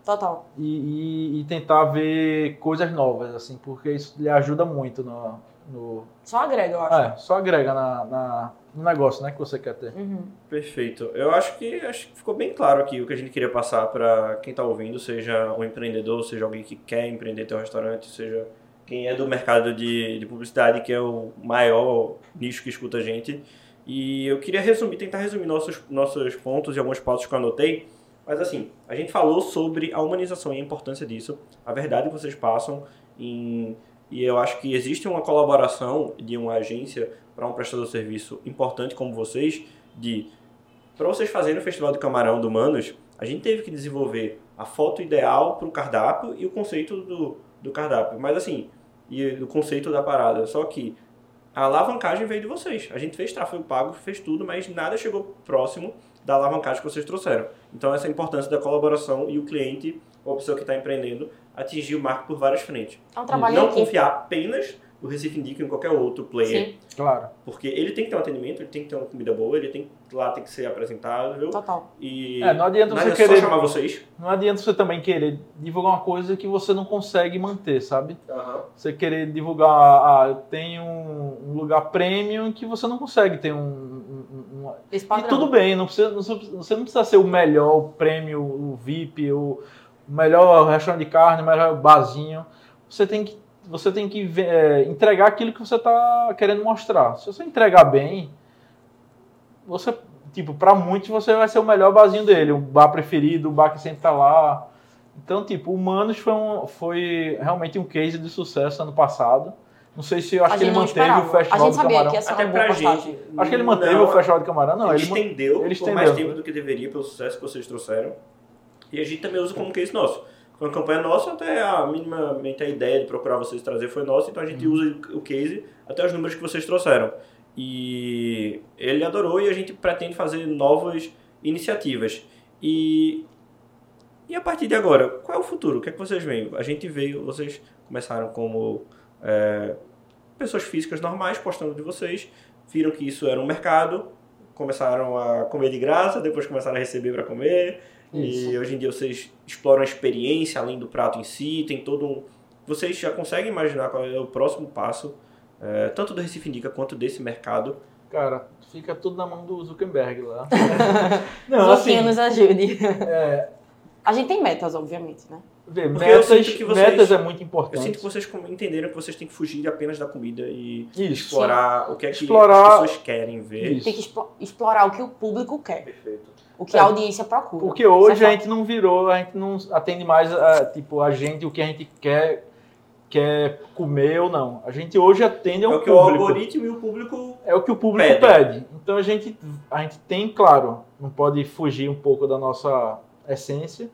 B: Total.
C: e, e- e tentar ver coisas novas, assim, porque isso lhe ajuda muito no. no-
B: Só agrega, eu acho.
C: é, só agrega na, na- no negócio né, que você quer ter.
B: Uhum.
A: Perfeito. Eu acho que, acho que ficou bem claro aqui o que a gente queria passar para quem está ouvindo, seja um empreendedor, seja alguém que quer empreender teu restaurante, seja quem é do mercado de, de publicidade, que é o maior nicho que escuta a gente. E eu queria resumir, tentar resumir nossos, nossos pontos e alguns pontos que eu anotei. Mas assim, a gente falou sobre a humanização e a importância disso, a verdade que vocês passam em- E eu acho que existe uma colaboração de uma agência para um prestador de serviço importante como vocês, de para vocês fazerem o Festival do Camarão do Manos, a gente teve que desenvolver a foto ideal para o cardápio e o conceito do, do cardápio. Mas assim, e o conceito da parada. Só que a alavancagem veio de vocês. A gente fez tráfego pago, fez tudo, mas nada chegou próximo da alavancagem que vocês trouxeram. Então essa é a importância da colaboração e o tá cliente, ou a pessoa que está empreendendo, atingir o marco por várias frentes.
B: É um trabalho em
A: Não
B: equipe.
A: confiar apenas o Recife Indica em qualquer outro player.
B: Sim,
C: Claro.
A: Porque ele tem que ter um atendimento, ele tem que ter uma comida boa, ele tem que- lá tem que ser apresentável.
B: total.
A: E
C: É, não adianta
A: não
C: você
A: é
C: querer.
A: só chamar vocês.
C: Não adianta você também querer divulgar uma coisa que você não consegue manter, sabe?
E: Aham.
C: Você querer divulgar, ah, eu tenho um lugar premium que você não consegue ter um. um- um- um-
B: Esse
C: E
B: padrão.
C: tudo bem, não precisa, não precisa- você não precisa ser o melhor o prêmio, o VIP, o melhor restaurante de carne, o melhor barzinho. Você tem que, você tem que eh, entregar aquilo que você está querendo mostrar. Se você entregar bem, você, tipo, para muitos você vai ser o melhor barzinho dele, o bar preferido, o bar que sempre tá lá. Então, tipo, o Manos foi, um, foi realmente um case de sucesso ano passado. Não sei se eu acho
B: A
C: que ele
B: gente não
C: manteve o
B: esperava.
C: Festival
B: A gente
C: do
B: sabia
C: Camarão.
B: que ia ser
A: Até
B: uma boa
A: pra
B: postagem.
A: gente.
C: Acho que ele manteve
A: não, é
C: o Festival do Camarão. Não,
A: ele,
C: ele,
A: estendeu por
C: ele
A: mais
C: estendeu.
A: tempo do que deveria pelo sucesso que vocês trouxeram. E a gente também usa como case nosso. Foi uma campanha nossa, até a minimamente a ideia de procurar vocês trazer foi nossa, então a
C: Uhum.
A: gente usa o case até os números que vocês trouxeram. E ele adorou e a gente pretende fazer novas iniciativas. E e a partir de agora, qual é o futuro? O que é que vocês veem? A gente veio, vocês começaram como é, pessoas físicas normais postando de vocês, viram que isso era um mercado, começaram a comer de graça, depois começaram a receber para comer. E hoje em dia vocês exploram a experiência além do prato em si, tem todo um. Vocês já conseguem imaginar qual é o próximo passo, é, tanto do Recife Indica quanto desse mercado.
C: Cara, fica tudo na mão do Zuckerberg lá.
B: Os
C: Não, assim, é.
B: nos ajude. A gente tem metas, obviamente, né?
C: vê,
A: Porque eu
C: metas,
A: sinto que vocês-
C: metas é muito
A: Eu sinto
C: importante.
A: que vocês com- entenderam que vocês têm que fugir apenas da comida e
C: Isso.
A: explorar o que é que
C: Explorar-
A: as pessoas querem ver.
C: Isso.
B: Tem que explo- explorar o que o público quer,
E: Perfeito.
B: o que
C: É.
B: a audiência procura.
C: Porque hoje
B: Isso é
C: a gente não virou, a gente não atende mais a, tipo, a gente, o que a gente quer, quer comer ou não. A gente hoje atende
A: É
C: ao
A: o que o
C: um público.
A: algoritmo e o público.
C: é o que o público
A: pede.
C: pede. Então a gente, a gente tem, claro, não pode fugir um pouco da nossa essência,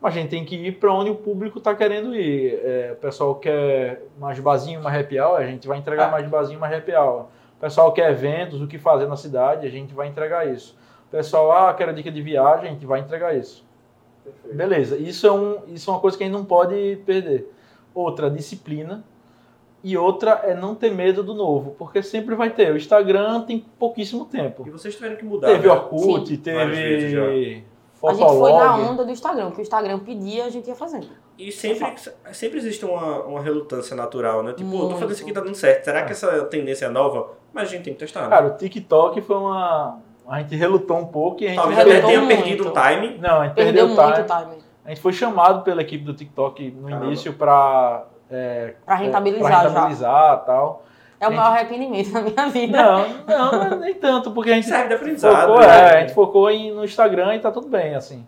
C: mas a gente tem que ir para onde o público está querendo ir. É, o pessoal quer mais barzinho, mais happy hour, a gente vai entregar
B: Ah.
C: mais barzinho, mais happy hour. O pessoal quer eventos, o que fazer na cidade, a gente vai entregar isso. O pessoal, ah, quero dica de viagem, a gente vai entregar isso.
E: Perfeito.
C: Beleza, isso é, um, isso é uma coisa que a gente não pode perder. Outra, disciplina. E outra é não ter medo do novo, porque sempre vai ter. O Instagram tem pouquíssimo tempo.
A: E vocês tiveram que mudar.
C: Teve
A: né?
C: Orkut,
A: Várias vezes
C: teve
B: A gente foi na
C: Fotolog.
B: onda do Instagram, o que o Instagram pedia, a gente ia fazendo.
A: E sempre, sempre existe uma, uma relutância natural, né? Tipo, eu tô fazendo
B: Muito.
A: isso aqui tá dando certo. Será que essa tendência é nova? Mas a gente tem que testar. né?
C: Ah. Cara, o TikTok foi uma... A gente relutou um pouco e a gente...
A: Talvez
B: Relutou
A: até tenha
B: muito.
A: perdido um time.
C: Não, a gente perdeu,
B: Perdeu
C: o time.
B: muito o time
C: A gente foi chamado pela equipe do TikTok no
A: Caramba.
C: início para
B: pra rentabilizar, já.
C: É, rentabilizar e tal.
B: É o
C: Gente.
B: maior arrependimento da minha vida.
C: Não, é não, nem tanto, porque a gente
A: Serve de aprendizado.
C: Focou,
A: né?
C: é, a gente focou em- no Instagram e tá tudo bem, assim.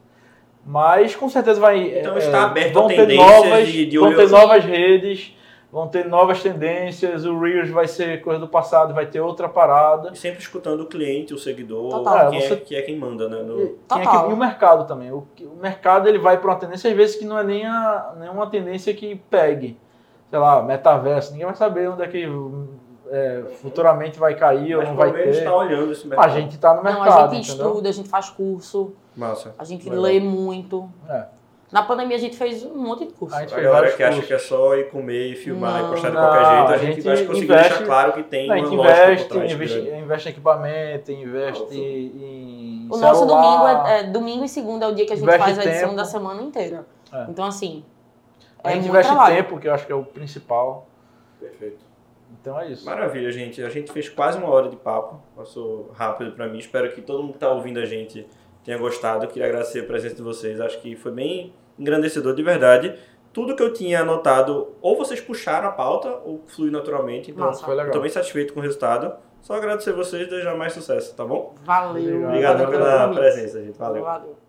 C: Mas com certeza vai.
A: Então
C: é,
A: está aberto
C: vão
A: a
C: ter
A: tendência
C: novas,
A: de- de
C: Vão ter
A: olho-
C: novas redes, vão ter novas tendências. O Reels vai ser coisa do passado, vai ter outra parada.
A: E sempre escutando o cliente, o seguidor,
B: Total.
A: que,
C: É,
A: é,
C: você-
A: que é quem manda, né? No-
C: E, tem
B: Total.
C: aqui- e o mercado também. O, que- o mercado ele vai para uma tendência, às vezes, que não é nem a, nenhuma tendência que pegue. Sei lá, metaverso. Ninguém vai saber onde é que é, futuramente vai cair ou
A: Mas
C: não
A: pelo
C: vai
A: menos
C: ter.
A: tá olhando esse
C: A
A: mercado.
C: gente tá no
B: Não,
C: mercado.
B: a gente
C: entendeu?
B: estuda, a gente faz curso,
A: Massa.
B: a gente
A: Legal.
B: lê muito.
C: É.
B: Na pandemia a gente fez um monte de curso.
C: A gente
A: A
C: fez
A: galera
C: vários
A: que acha
C: cursos.
A: que é só ir comer e filmar e
B: Não.
A: postar de
C: Não,
A: qualquer jeito, a
C: a
A: gente,
C: gente
A: acho que conseguiu
C: investe-
A: deixar claro que tem
C: A
A: uma
C: gente
A: lógica por
C: investe,
A: trás.
C: investe,
A: grande.
C: investe em equipamento, investe em.
B: O nosso domingo
C: celular.
B: é, é- domingo e segunda é o dia que a gente
C: Investe
B: faz a edição
C: tempo.
B: da semana inteira.
C: É.
B: Então, assim,
C: A
B: é
C: gente
B: muito
C: investe
B: trabalho.
C: tempo, que eu acho que é o principal.
E: Perfeito.
C: Então é isso.
A: Maravilha, gente. A gente fez quase uma hora de papo. Passou rápido pra mim. Espero que todo mundo que tá ouvindo a gente tenha gostado. Queria agradecer a presença de vocês. Acho que foi bem engrandecedor de verdade. Tudo que eu tinha anotado, ou vocês puxaram a pauta, ou flui naturalmente. Então,
B: Massa.
C: Foi
A: eu
C: legal.
A: tô bem satisfeito com o resultado. Só agradecer vocês e desejar mais sucesso, tá bom?
C: Obrigado.
B: Valeu.
A: Obrigado
B: Ah, valeu pelo
A: pela
B: convite.
A: presença, gente. Valeu.
B: valeu.